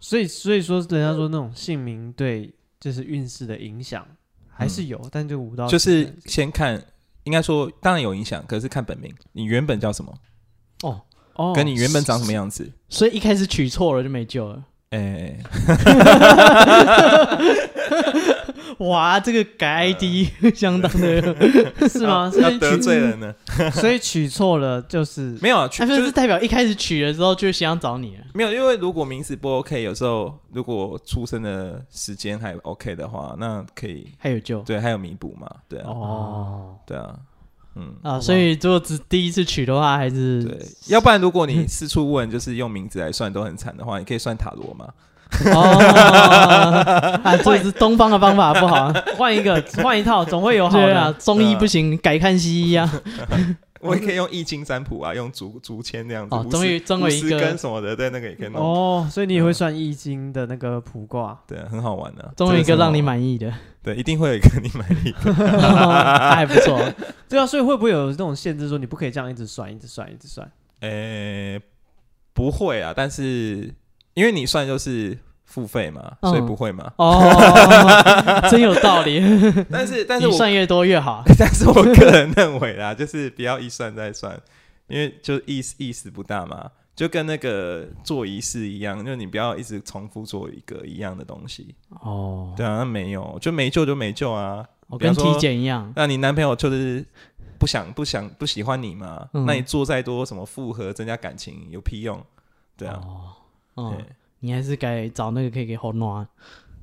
S1: 所以所以说，人家说那种姓名对就是运势的影响还是有，但就五到
S3: 嗯就是
S1: 10%
S3: 先看，应该说当然有影响，可是看本名，你原本叫什么，
S1: 哦，
S3: 跟你原本长什么样子。
S2: 所以一开始取错了就没救了。
S3: 哎、
S2: 哇，这个
S3: 呃
S2: 改 ID [LAUGHS] 相当的，
S1: 哦是吗？所
S3: 啊要
S1: 以
S3: 得
S1: 取
S3: 罪人呢？
S1: 所以取错了就是
S3: 没有啊，去
S2: 那
S3: 就
S2: 哎就是
S3: 是
S2: 代表一开始取了之后就想要找你了。
S3: 没有，啊因为如果名字不 OK，有时候如果出生的时间还 OK 的话，那可以
S2: 还有救
S3: 对，还有弥补嘛，对啊，
S1: 哦，
S3: 对啊，嗯，
S2: 啊！所以如果只第一次取的话，还
S1: 呃
S2: 是
S3: 对，要不然如果
S1: 嗯
S3: 你四处问，就是用名字来算都很惨的话，你可以算塔罗嘛，
S2: 哦，
S3: [LAUGHS]
S2: 啊，这是东方的方法不好啊，
S1: 换一个换一套，总会有好
S2: 对
S1: 的
S2: 啊，。中医不行，改看西医啊。
S3: 我也可以用易经占卜啊，用竹竹签那样子，
S2: 哦
S3: 五，十
S2: 终于终
S3: 五
S2: 于一
S3: 十
S2: 个
S3: 根，什么的，对，那个也可以弄，
S1: 哦，所以你也会算易经的那个卜卦，
S3: 对，很好玩的、啊，
S2: 终于一个让你
S3: 意，
S2: 满意的，
S3: 对，一定会有一个你满意的，
S2: [LAUGHS] 还不错。
S3: 嗯
S1: 对啊，所以会不会有那种限制，说你不可以这样一直算，一直算，一直算？
S3: [LAUGHS] 诶、不会啊，但是因为你算就是付费嘛，所以
S2: 嗯
S3: 不会
S2: [LAUGHS]
S3: 嘛， [LAUGHS]
S2: 哦，真有道理，
S3: 但是但是
S2: 你
S3: 我
S2: 算越多越好。
S3: [LAUGHS] 但是我个人认为啦，就是不要一算再算，因为就意思意思不大嘛，就跟那个做仪式一样，就你不要一直重复做一个一样的东西。
S2: 哦，
S3: 对啊，那没有就没救就没救啊。
S2: 我
S3: 比方
S2: 跟
S3: 说
S2: 体检一样，
S3: 那你男朋友就是不想不想不喜欢你嘛，
S2: 嗯
S3: 那你做再多什么复合增加感情有屁用？对啊，
S2: 哦，
S3: 对
S2: 嗯，你还是该找那个可以给后暖。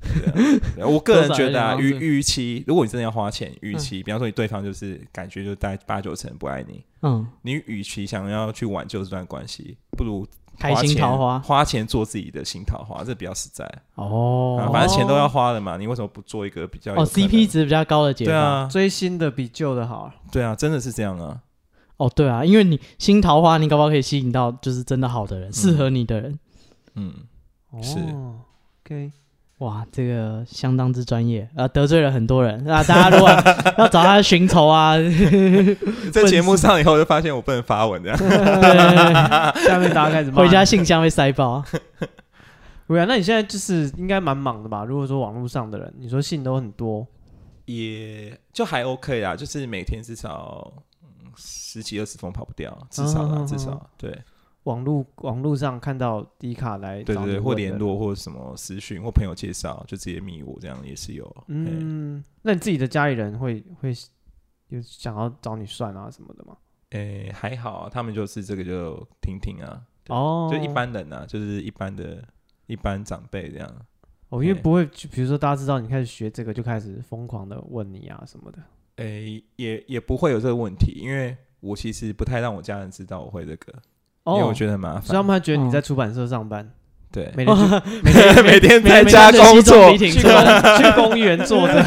S3: 对啊我个人觉得啊，
S2: 多少有点方式嗯
S3: 预预期，如果你真的要花钱，预期，比方说你对方就是感觉就大概八九成不爱你，
S2: 嗯，
S3: 你与其想要去挽救这段关系，不如
S2: 开心桃
S3: 花
S2: 花
S3: 钱花钱做自己的新桃花，这比较实在。啊
S2: 哦
S3: 反正钱都要花了嘛，你为什么不做一个比较有
S2: 哦
S3: 可能
S2: ，CP 值比较高的解
S3: 对
S2: 法。
S3: 啊，
S1: 追新的比旧的好啊，
S3: 对啊，真的是这样啊。
S2: 哦，对啊，因为你新桃花，你搞不好可以吸引到就是真的好的人，适合你的人。
S3: 嗯，是
S1: 哦，OK，
S2: 哇，这个相当之专业啊、呃得罪了很多人啊！大家如
S3: [LAUGHS]
S2: 果要找他寻仇啊，
S3: 在节目上以后就发现我不能发文这样。
S2: 对
S1: 下面大家开始骂
S2: 回家信箱会塞爆。
S1: 对啊，那你现在就是应该蛮忙的吧？如果说网络上的人，你说信都很多，
S3: 也就还 OK 啦，就是每天至少嗯十几二十封跑不掉，至少啦，
S1: 嗯
S3: 至少对
S1: 网络网络上看到迪卡来
S3: 对
S1: 找
S3: 对
S1: 你
S3: 对，
S1: 问
S3: 或
S1: 的
S3: 联。络或者什么私讯或朋友介绍，就直接密我这样也是有。嗯，
S1: 嗯，那你自己的家里人会会有想要找你算啊什么的吗？
S3: 诶、还好啊，他们就是这个就听听啊，对
S1: 哦，
S3: 就一般人啊，就是一般的一般长辈这样。
S1: 哦，因为
S3: 对
S1: 不会去，比如说大家知道你开始学这个，就开始疯狂的问你啊什么的。
S3: 诶、也也不会有这个问题，因为我其实不太让我家人知道我会这个，
S1: 哦，
S3: 因为我觉得很麻
S1: 所以他
S3: 烦。
S1: 们还觉得你
S2: 嗯
S1: 在出版社上班，
S3: 对，哦
S1: 每天去
S3: [LAUGHS] 每天在
S2: 每
S3: 家
S2: 天在
S3: 工
S2: 西中
S3: 作
S2: 笔，挺
S1: 去公
S3: [LAUGHS]
S1: 去公园坐着，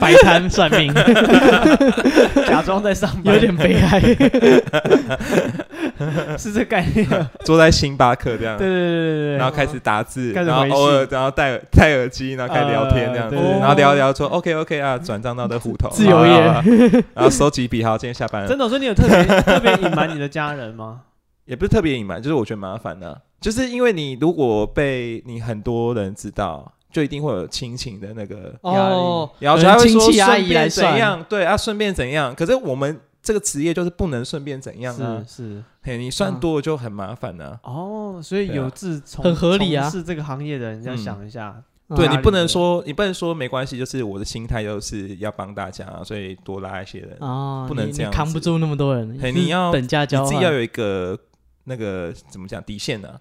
S2: 摆摊算命，
S1: 假装在上班，
S2: 有点悲哀。
S1: 是这概念。
S3: 坐在星巴克这样
S1: 对对，对对
S3: 嗯然
S1: 对
S3: 后开
S2: 哦
S3: 始打字，
S1: 开始
S3: 然后
S1: 回
S3: 偶尔
S1: 信
S3: 然后戴戴耳机，然后开始聊天这样子，哦
S1: 呃对
S3: 然后聊一聊说 OK OK 啊，转账到这户头，
S2: 自由业
S3: 好，好好
S2: [LAUGHS]
S3: 然后收集笔，好，今天下班
S1: 对，
S3: 了
S1: 真，的，所以你有特别特别隐瞒你的家人吗？
S3: 也不是特别隐瞒，就是我觉得麻烦的、就是因为你如果被你很多人知道。就一定会有亲情的那个压力，
S2: 哦
S3: 然后他会说
S2: 亲戚阿姨
S3: 顺便
S2: 来
S3: 怎
S2: 算
S3: 样，对啊，顺便怎样。可是我们这个职业就是不能顺便怎样啊
S1: 是，是
S3: 嘿，你算
S2: 嗯
S3: 多了就很麻烦啊。
S1: 哦，所以
S3: 对啊
S1: 有志从
S2: 很合理啊
S1: 从事这个行业的人要
S3: 嗯
S1: 想一下，
S3: 对
S1: 压
S3: 你
S1: 力
S3: 不能
S1: 的
S3: 说，你不能说没关系，就是我的心态就是要帮大家，所以多拉一些人。
S2: 哦，
S3: 不能
S2: 你
S3: 这样
S2: 你扛
S3: 子
S2: 不住那么多人，
S3: 嘿你
S2: 是
S3: 要
S2: 等价
S3: 你
S2: 交
S3: 自己
S2: 换
S3: 要有一个那个怎么讲底线呢、啊？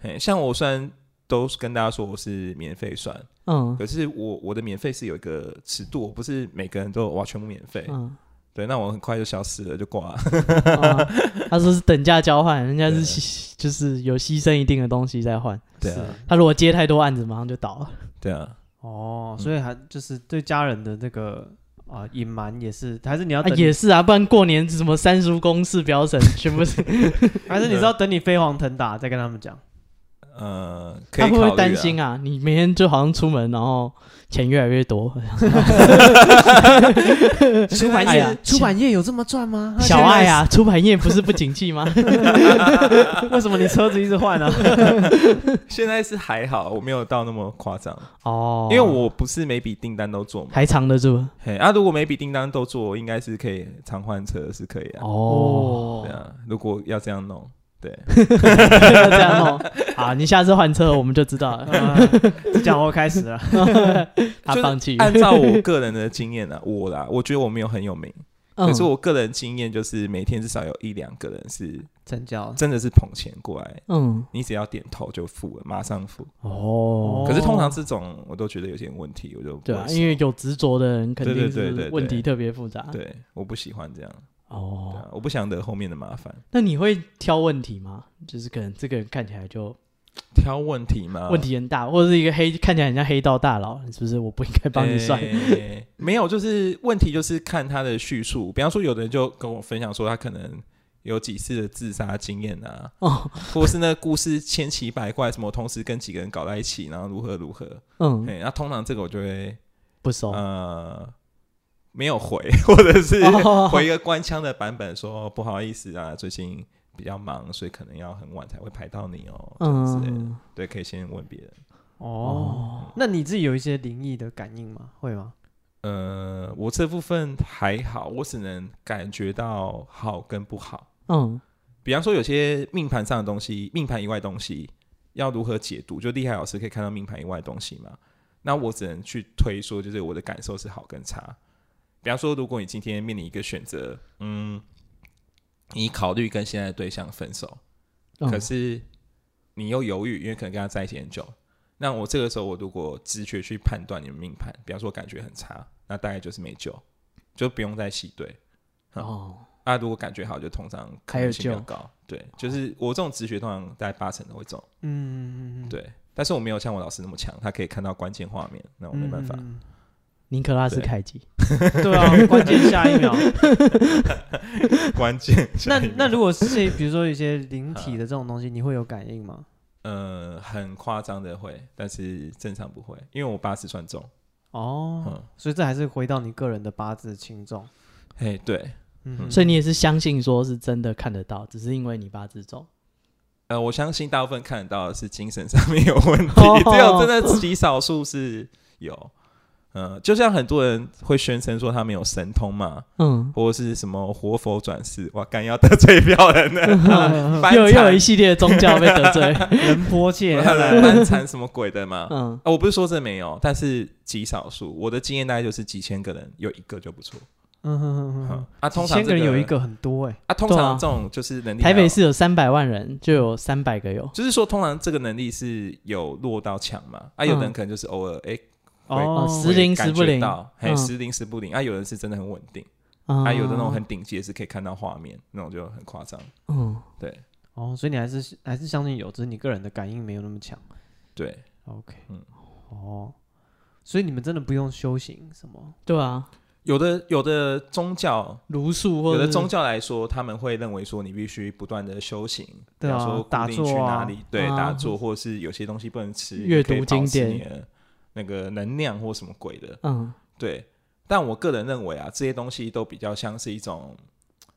S3: 嘿，像我虽然都是跟大家说我是免费算，
S2: 嗯
S3: 可是我我的免费是有一个尺度，我不是每个人都哇全部免费。 [LAUGHS]
S2: 嗯，
S3: 对，那我很快就消失了，就挂了。 [LAUGHS]
S2: 哦他说是等价交换，人家
S3: 对
S2: 是牺就是有牺牲一定的东西在换。
S3: 对
S1: 是
S3: 啊，
S2: 他如果接太多案子，马上就倒了。
S3: 对啊，
S1: 哦，所以还就是对家人的这个啊隐瞒也是，还是你要
S2: 啊
S1: 等，
S2: 也是啊，不然过年什么三叔公四表婶，全部是
S1: 还是你是要等你飞黄腾达再跟他们讲？
S3: 呃，可
S2: 他
S3: 以
S2: 会
S3: 考
S2: 不会
S3: 虑
S2: 担
S3: 啊
S2: 心啊？你每天就好像出门，然后钱越来越多，
S1: 出版
S2: 哎呀
S1: 业出版业有这么赚吗？
S2: 小爱啊，出版业不是不景气吗？
S1: [LAUGHS] 为什么你车子一直换啊 [LAUGHS] 呢？
S3: [LAUGHS] 现在是还好，我没有到那么夸张，
S2: [LAUGHS] 哦，
S3: 因为我不是每笔订单都做嘛。
S2: 还藏得住
S3: 嘿，啊，如果每笔订单都做，应该是可以常换车，是可以啊。
S2: 哦
S3: 对，啊，如果要这样弄，
S2: [LAUGHS]
S3: 对，
S2: 要这
S3: [LAUGHS]
S2: 样弄啊！你下次换车我们就知道
S1: 哦
S2: 了。
S1: 啊这讲我开始了，
S2: 他
S3: 就是
S2: 放弃，
S3: 按照我个人的经验呢、啊，我啦，我觉得我没有很有名，
S2: 嗯
S3: 可是我个人经验就是每天至少有一两个人是
S1: 成交
S3: 真的是捧钱过来，
S2: 嗯
S3: 你只要点头就付了，马上付。
S2: 哦
S1: 哦
S3: 可是通常这种我都觉得有点问题，我就不
S2: 对
S3: 会
S2: 啊，
S3: 收
S2: 因为有执着的人肯定
S3: 对对对对
S2: 是
S3: 对
S2: 问题特别复杂。
S3: 对我不喜欢这样，对
S2: 哦，
S3: 啊，我不想惹后面的麻烦。
S2: 那你会挑问题吗？就是可能这个人看起来就
S3: 挑问题吗？
S2: 问题很大，或者是一个黑看起来很像黑道大佬，是不是？我不应该帮你算。
S3: 欸 [LAUGHS] 没有，就是问题就是看他的叙述。比方说，有的人就跟我分享说，他可能有几次的自杀经验啊，
S2: 哦，
S3: 或是那故事千奇百怪，什么同时跟几个人搞在一起，然后如何如何。
S2: 嗯，
S3: 哎、那、通常这个我就会
S2: 不熟。
S3: 呃没有回，或者是
S2: 哦
S3: 回一个官腔的版本说，不好意思啊，最近比较忙，所以可能要很晚才会排到你哦，嗯、之类的。
S2: 嗯，
S3: 对，可以先问别人。
S1: 哦。
S2: 哦，
S1: 那你自己有一些灵异的感应吗？会吗？
S3: 呃，我这部分还好，我只能感觉到好跟不好。
S2: 嗯，
S3: 比方说，有些命盘上的东西，命盘以外的东西要如何解读？就厉害老师可以看到命盘以外的东西嘛？那我只能去推说，就是我的感受是好跟差。比方说，如果你今天面临一个选择，嗯，你考虑跟现在的对象分手，
S2: 嗯
S3: 可是你又犹豫，因为可能跟他在一起很久。那我这个时候，我如果直觉去判断你的命盘，比方说感觉很差，那大概就是没救，就不用再细对。
S2: 哦，
S3: 啊，如果感觉好，就通常可
S2: 还有
S3: 能性比较
S2: 救
S3: 高。对，就是我这种直觉通常大概八成都会中。
S1: 嗯，
S3: 对，但是我没有像我老师那么强，他可以看到关键画面，那我没办法。
S1: 嗯
S2: 尼克拉斯
S3: 对
S2: 凯奇。
S1: 对啊，关键下 [LAUGHS] 一秒。
S3: [LAUGHS]
S2: 嗯
S3: 关键
S1: 那那如果是比如说一些灵体的这种东西，你会有感应吗？
S3: 呃很夸张的会，但是正常不会，因为我八十算中。
S1: 哦，
S3: 嗯，
S1: 所以这还是回到你个人的八字轻重。
S3: 嘿，对，
S1: 嗯，
S2: 所以你也是相信说是真的看得到，只是因为你八字重。
S3: 呃，我相信大部分看得到的是精神上面有问题，
S2: 哦
S3: 只有真的极少数是有。呃，就像很多人会宣称说他们有神通嘛，
S2: 嗯，
S3: 或是什么活佛转世，哇，干要得罪标人了，翻
S2: 又又有
S3: 禅
S2: 一系列的宗教被
S3: [LAUGHS]
S2: 得罪。
S1: 人波界，
S3: 翻禅什么鬼的嘛？ [LAUGHS]
S2: 嗯，
S3: 啊，我不是说这没有，但是极少数，我的经验大概就是几千个人有一个就不错。
S1: [LAUGHS] 嗯哼哼哼
S3: 嗯
S1: 哼，
S3: 啊，通
S1: 几
S3: 常
S1: 千
S3: 这
S1: 个人有一个很多哎，
S3: 啊，通
S2: 对啊
S3: 常这种就是能力还
S2: 台
S3: 有，
S2: 北市有三百万人，就有三百个有。
S3: 就是说，通常这个能力是有落到强嘛？啊，有的人可能就是偶尔哎，
S1: 哦，
S2: 时灵
S3: 感
S2: 时不
S3: 觉
S2: 灵
S3: 到嘿，
S2: 嗯
S3: 时灵时不灵。啊，有人是真的很稳定，
S2: 啊
S3: 啊，有的那种很顶级的是可以看到画面，那种就很夸张。
S2: 嗯，
S3: 对
S1: 哦，所以你还是还是相信有，只是你个人的感应没有那么强。
S3: 对，
S1: OK，
S3: 嗯
S1: 哦，所以你们真的不用修行什么？
S2: 对啊，
S3: 有的有的宗教
S2: 儒术或
S3: 有
S2: 者
S3: 的宗教来说，他们会认为说你必须不断的修行，
S1: 对啊
S3: 比方说
S1: 打
S3: 固定去
S1: 坐啊
S3: 哪里，对，
S2: 啊
S3: 打坐，或者是有些东西不能吃，
S2: 阅
S3: 你可
S2: 读
S3: 以保持
S2: 经典
S3: 你的那个能量或什么鬼的，
S2: 嗯
S3: 对。但我个人认为啊，这些东西都比较像是一种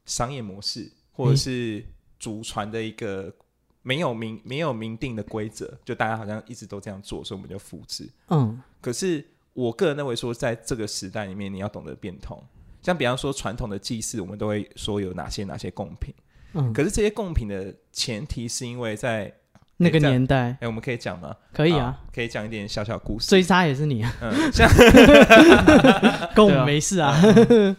S3: 商业模式，或者
S2: 嗯
S3: 是祖传的一个没有明没有明定的规则，就大家好像一直都这样做，所以我们就复制。
S2: 嗯
S3: 可是我个人认为说，在这个时代里面，你要懂得变通。像比方说传统的祭祀，我们都会说有哪些哪些贡品。
S2: 嗯，
S3: 可是这些贡品的前提是因为在
S2: 那个
S3: 这样
S2: 年代
S3: 哎、我们可以讲吗？
S2: 可以
S3: 好
S2: 啊，，
S3: 可以讲一点小小故事。
S2: 追杀也是你啊，
S3: 嗯，像
S2: [LAUGHS] 跟我
S1: 对啊
S2: 们没事啊。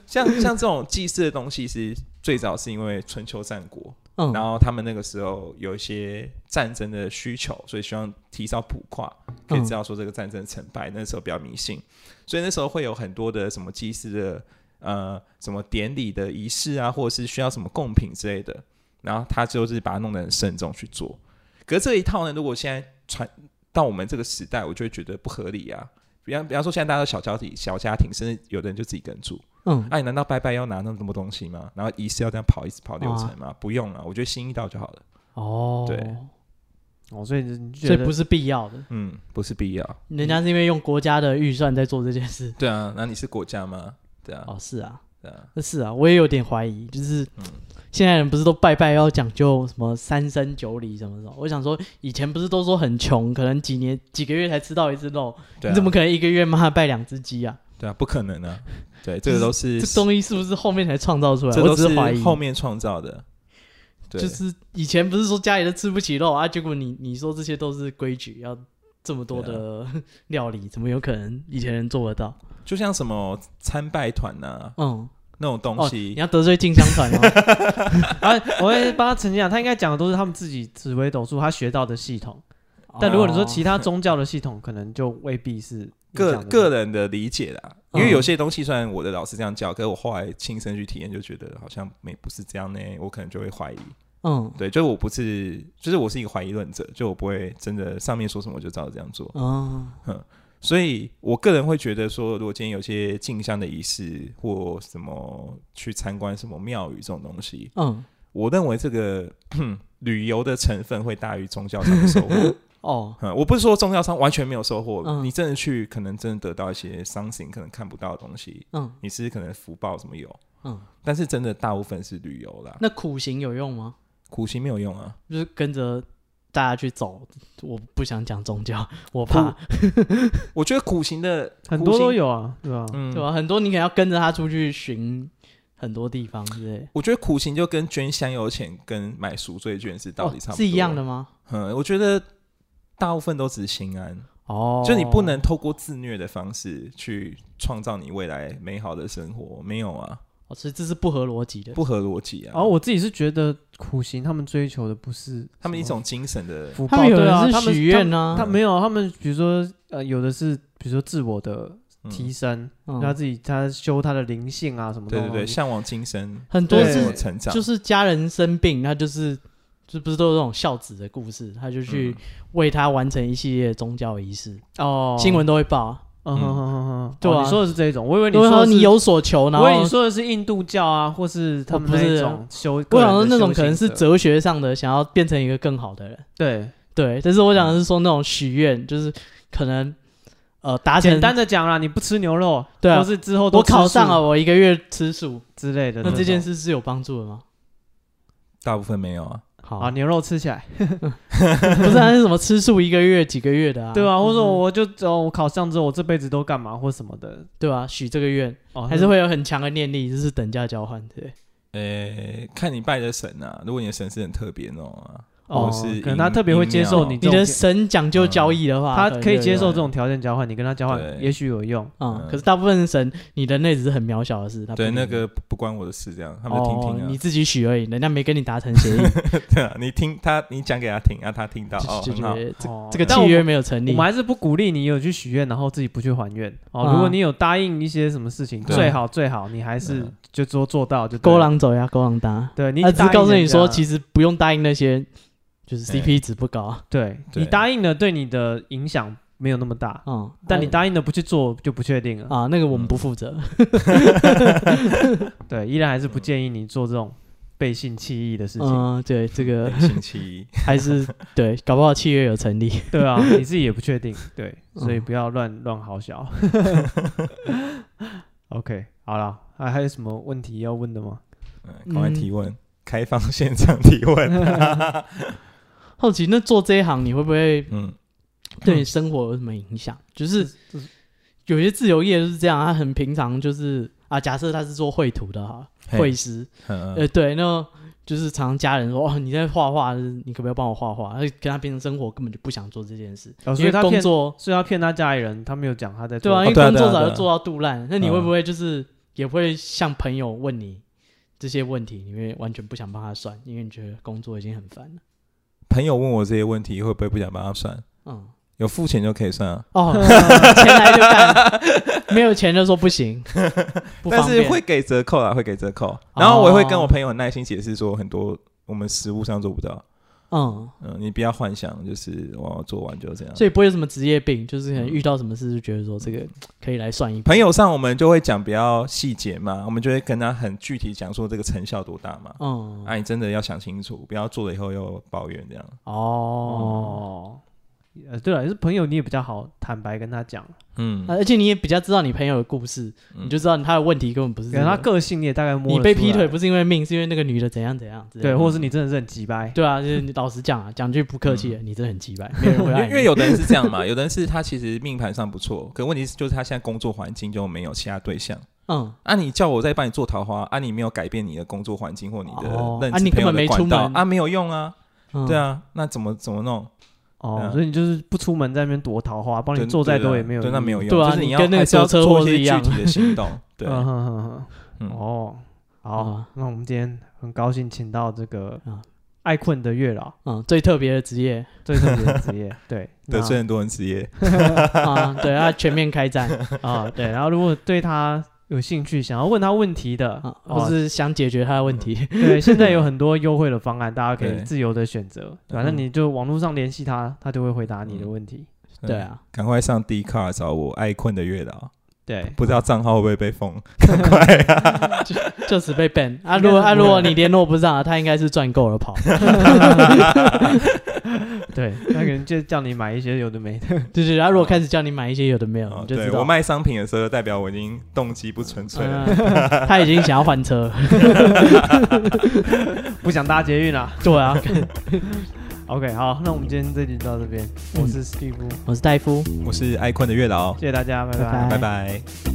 S3: 像像这种祭祀的东西，是最早是因为春秋战国，
S2: 嗯
S3: 然后他们那个时候有一些战争的需求，所以希望提早卜卦，可以知道说这个战争成败。那时候比较迷信，所以那时候会有很多的什么祭祀的呃什么典礼的仪式啊，或者是需要什么贡品之类的。然后他就是把它弄得很慎重去做。可是这一套呢，如果现在传到我们这个时代，我就会觉得不合理啊。比方比方说，现在大家都小家庭，小家庭，甚至有的人就自己一个人住。
S2: 嗯，
S3: 哎、你难道拜拜要拿那么多东西吗？然后啊仪式要这样跑一直跑流程吗？不用了，我觉得心意到就好了。
S2: 哦，
S3: 对
S1: 哦，所以你
S2: 所
S1: 觉
S2: 以
S1: 得
S2: 不是必要的。
S3: 嗯，不是必要。
S2: 人家是因为用国家的预算在做这件事。
S3: 对啊，那你是国家吗？对啊，
S2: 哦，是啊，
S3: 对啊，
S2: 是啊，我也有点怀疑，就是
S3: 嗯
S2: 现在人不是都拜拜要讲究什么三生九礼什么什么？我想说，以前不是都说很穷，可能几年几个月才吃到一次肉，
S3: 对啊
S2: 你怎么可能一个月妈拜两只鸡啊？
S3: 对啊，不可能啊！对，这个都是
S2: 这东西是不是后面才创造出来？
S3: 这
S2: 我
S3: 都
S2: 只
S3: 是
S2: 怀疑，
S3: 后面创造的。对，
S2: 就是以前不是说家里都吃不起肉啊，结果你你说这些都是规矩，要这么多的
S3: 啊
S2: 料理，怎么有可能以前人做得到？
S3: 就像什么参拜团呐、
S2: 嗯，
S3: 那种东
S2: 哦，你
S3: 西，
S2: 要得罪进香团
S3: [LAUGHS]
S2: 吗？
S1: 啊，我会帮他澄清啊，他应该讲的都是他们自己紫微斗数他学到的系统，但如果你
S2: 哦
S1: 说其他宗教的系统，可能就未必是你
S3: 个
S1: 讲的
S3: 个人的理解啦。因为
S2: 嗯
S3: 有些东西虽然我的老师这样教，可是我后来亲身去体验，就觉得好像没不是这样呢，我可能就会怀疑。
S2: 哦，
S3: 对，就是我不是，就是我是一个怀疑论者，就我不会真的上面说什么我就照着这样做。
S2: 嗯，哦，
S3: 所以我个人会觉得说，如果今天有些进香的仪式或什么去参观什么庙宇这种东西，
S2: 嗯，
S3: 我认为这个 [CLEARS THROAT] 旅游的成分会大于宗教上的收
S1: [LAUGHS]
S3: 获。
S2: 哦，
S3: 嗯，我不是说宗教上完全没有收获，
S2: 嗯
S3: 你真的去可能真的得到一些 something 可能看不到的东西，
S2: 嗯
S3: 你是可能福报什么有，
S2: 嗯，
S3: 但是真的大部分是旅游啦，
S2: 那苦行有用吗？
S3: 苦行没有用啊。
S2: 就是跟着大家去走，我不想讲宗教， [LAUGHS] 我怕，
S3: 我觉得苦行的
S1: 很多都，
S3: 苦行
S1: 有啊，对吧？
S3: 嗯，
S2: 对吧、很多你可能要跟着他出去寻很多地方之类的，
S3: 我觉得苦行就跟捐香油钱跟买赎罪券是道理差不
S2: 哦
S3: 多、
S2: 是一样的。吗？
S3: 嗯，我觉得大部分都只是心安，
S2: 哦，
S3: 就你不能透过自虐的方式去创造你未来美好的生活，没有啊，
S2: 哦，所以这是不合逻辑的。
S3: 不合逻辑啊。
S2: 哦
S1: 然后我自己是觉得苦行他们追求的不是
S3: 他们一
S1: 什么
S3: 种精神的，
S1: 福
S2: 他
S1: 报，
S2: 们有
S1: 对啊，
S2: 人
S1: 他
S2: 是
S1: 们
S2: 许愿
S1: 他
S2: 呢
S1: 们，他没有，他们比如说呃，有的是比如说自我的
S3: 嗯
S1: 提升，
S2: 嗯
S1: 他自己他修他的灵性啊什么
S3: 对
S1: 的
S3: 对
S1: 东西，
S3: 对，向往精神，
S2: 哦很多
S1: 对
S3: 自我
S2: 是
S3: 成长，
S2: 就是家人生病，他就是就不是都有这种孝子的故事，他就去为他完成一系列宗教仪式，
S1: 嗯哦，
S2: 新闻都会报啊。
S1: 嗯，嗯嗯嗯嗯，
S2: 对
S1: 哦
S2: 啊
S1: 你说的是这一种，我以为你
S2: 都会
S1: 说
S2: 说
S1: 的是
S2: 你，有所求，然
S1: 我以为
S2: 后
S1: 你说的是印度教啊，或是他们
S2: 哦不
S1: 那
S2: 是
S1: 一种修，
S2: 我
S1: 个人
S2: 想
S1: 的
S2: 说那种
S1: 修行
S2: 可能是
S1: 者
S2: 哲学上的，想要变成一个更好的人。
S1: 对，
S2: 对，但是我讲的是说那种许愿，就是可能呃达成
S1: 简单的讲啦，你不吃牛肉，
S2: 对啊
S1: 或是之后都
S2: 我考
S1: 吃素
S2: 上了，我一个月吃素，
S1: 之类的
S2: 那
S1: 种，
S2: 这件事是有帮助的吗？
S3: 大部分没有啊。
S2: 好
S1: 啊，
S2: 啊，
S1: 牛肉吃起来，
S2: 不是啊还是什么吃素一个月几个月的啊？
S1: 对啊，或者
S2: 就是
S1: 我就哦，我考上之后我这辈子都干嘛或什么的，
S2: 对啊，许这个愿
S1: 哦，
S2: 还是会有很强的念力，就是等价交换，对。
S3: 呃，看你拜的神啊，如果你的神是很特别那种啊，
S1: 哦
S3: 或是，
S1: 可能他
S3: 阴
S1: 特别会接受
S3: 阴
S1: 你
S3: 庙
S1: 这
S2: 你
S1: 种嗯
S2: 的神讲究交易的话，
S1: 他可以
S2: 就
S1: 接受
S2: 有
S1: 这种条件交换，你跟他交换
S3: 对
S1: 也许有用。
S2: 嗯
S3: 嗯，
S2: 可是大部分神你人类只是很渺小的事，他不
S3: 对
S2: 理你
S3: 那个不不关我的事，这样他们就听听
S2: 哦
S3: 啊。
S2: 你自己许而已，人家没跟你达成协议，
S3: [LAUGHS] 对啊，你听他，你讲给他听，让、啊、他听到 [LAUGHS] 哦，
S2: 就就
S3: 很好。
S2: 觉得这
S1: 哦
S2: 这个
S1: 但我
S2: 契
S1: 们
S2: 约没有成
S1: 我
S2: 立
S1: 们。还是不鼓励你有去许愿，然后自己不去还愿哦。
S2: 啊
S1: 如果你有答应一些什么事情，
S3: 对
S1: 最好最好你还是
S3: 嗯
S1: 就做做到就对
S2: 勾
S1: 了。
S2: 狼走呀，勾狼搭。
S1: 对你
S2: 他只是
S1: 答应
S2: 告诉你
S1: 人家
S2: 说，其实不用答应那些，就是
S3: 对
S2: CP 值不高。啊
S1: 对
S3: 对
S1: 你答应了，对你的影响没有那么大，
S2: 嗯，
S1: 但你答应了不去做就不确定了。
S2: 啊，那个我们不负责。
S1: 对，依然还是不建议你做这种背信弃义的事情。
S2: 嗯，对，这个
S3: 每 [LAUGHS] 星期一，
S2: [LAUGHS] 还是对，搞不好契约有成立。
S1: 对啊，你自己也不确定，对，所以
S2: [LAUGHS] 嗯
S1: 不要乱乱好小。OK，好了，还还有什么问题要问的吗？
S3: 嗯，赶快提问，开放现场提
S2: [LAUGHS]
S3: 问。
S2: 好奇，那做这一行你会不会 [LAUGHS]
S3: 嗯，
S2: 对你生活有什么影响？嗯就是
S1: 这是
S2: 有些自由业就是这样，他很平常，就是啊，假设他是做绘图的哈，
S3: 嘿
S2: 绘师，
S3: 嗯
S2: 呃，对，那就是常常家人说，哦，你在画画，你可不可以帮我画画？他跟他平常生活根本就不想做这件事，
S1: 哦所
S2: 因
S1: 以
S2: 为
S1: 他
S2: 工
S1: 骗
S2: 作
S1: 所以他骗他家里人，他没有讲他在
S2: 对
S1: 做
S2: 啊，因为
S3: 对啊
S2: 工
S3: 对啊
S2: 作早
S3: 对啊
S2: 就做到肚烂，那你
S3: 嗯
S2: 会不会就是也不会向朋友问你这些问题？你会完全不想帮他算，因为你觉得工作已经很烦了。
S3: 朋友问我这些问题，会不会不想帮他算？
S2: 嗯，
S3: 有付钱就可以算啊， [LAUGHS]
S2: 哦，钱来就干，没有钱就说
S3: [LAUGHS]
S2: 不行，不
S3: 但
S2: 方
S3: 是
S2: 便哦
S3: 会给折扣啦，会给折扣。然后我也会跟我朋友很耐心解释说，很多我们实物上做不到。
S2: 嗯，
S3: 嗯、你不要幻想就是我做完就这样。
S2: 所以不会有什么职业病，就是可能遇到什么事就觉得说这个可以来算一笔。
S3: 朋友上我们就会讲比较细节嘛，我们就会跟他很具体讲说这个成效多大嘛。
S2: 嗯，
S3: 啊，你真的要想清楚，不要做了以后又抱怨这样。
S2: 哦，
S1: 哦，呃，对了，就是朋友你也比较好坦白跟他讲，
S3: 嗯
S2: 啊而且你也比较知道你朋友的故事，
S3: 嗯
S2: 你就知道他的问题根本不是这
S1: 可能他
S2: 个。
S1: 个性你也大概摸
S2: 你
S1: 得
S2: 被
S1: 出
S2: 劈
S1: 来
S2: 腿不是因为命，是因为那个女的怎样怎样之类的。
S1: 对，或者是你真的是很急掰，
S2: 对啊，就是你老实讲啊，讲句不客气
S1: 嗯
S2: 的，你真的很鸡掰，没有人会
S3: 因为
S2: 爱
S3: 因为
S2: 啊你。
S3: 有的人是这样嘛，有的人是他其实命盘上不错，可问题是就是他现在工作环境就没有其他对象。
S2: 嗯，
S3: 啊，你叫我再帮你做桃花，啊，你没有改变你的工作环境或你的
S2: 哦
S3: 认
S2: 啊
S3: 知
S2: 你
S3: 朋
S2: 根
S3: 友
S2: 本
S3: 的
S2: 没出
S3: 管道
S2: 门
S3: 啊，没有用啊，
S2: 嗯
S3: 对，啊，那怎么怎么弄？对
S1: 哦
S3: 啊，
S1: 所以你就是不出门在那边躲桃花，帮你
S3: 对
S1: 做再
S3: 对
S1: 多
S3: 啊
S1: 也没有意义，
S3: 对，那没有用，
S2: 对啊
S3: 就是
S2: 你
S3: 要
S2: 跟那个
S3: 还是要
S2: 坐车
S3: 做一
S2: 祸是
S3: 些
S2: 一
S3: 具
S2: 样
S3: 体的行
S2: [LAUGHS]
S3: 动，对，啊
S1: 嗯哼哼哼
S3: 嗯
S1: 哦，好，
S2: 嗯
S1: 那我们今天很高兴请到这个
S2: 嗯
S1: 爱困的月老
S2: 嗯，最特别的
S1: [LAUGHS]
S2: 职业
S1: 最特别的职业，对，
S3: 得
S2: 嗯
S1: 那
S3: 罪很多人职业，
S2: 啊，对，他全面
S1: [LAUGHS]
S2: 开战
S1: 啊，对，然后如果对他有兴趣，想要问他问题的
S2: 啊，，
S1: 哦
S2: 或是想解决他的问题，
S3: [LAUGHS]
S1: 对，现在有很多优惠的方案，大家可以
S3: 对
S1: 自由的选择，反正你就网络上联系他，他就会回答你的问题。
S3: 嗯
S2: 对，啊，
S3: 赶快上 D 卡找我爱困的月
S2: [LAUGHS]
S3: 老，
S1: 对，
S3: 不知道账号会不会被封，赶快啊！
S2: 就此被 ban 啊。
S1: 嗯应该
S2: 如果啊，
S1: 是不会
S2: 如果你联络不上，啊他应该是赚够
S1: [LAUGHS]
S2: 了跑，
S1: [LAUGHS] 对，他可能就叫你买一些有的没的。 [LAUGHS]
S2: 对对。啊他如果
S1: 哦
S2: 开始叫你买一些有的没有，
S3: 哦
S2: [LAUGHS] 你就
S3: 对
S2: 知
S3: 我
S2: 道。
S3: 卖商品的时候，就代表我已经动机不纯粹了。
S2: 嗯他已经想要换车，
S1: 不想搭捷运啦。
S2: [LAUGHS] 对啊。
S1: OK，好，那我们今天这集就到这边，我是 Steve，、
S2: 我是戴夫，
S3: 我是爱困的月老，
S1: 谢谢大家，拜
S2: 拜
S1: 拜
S2: 拜
S3: 拜拜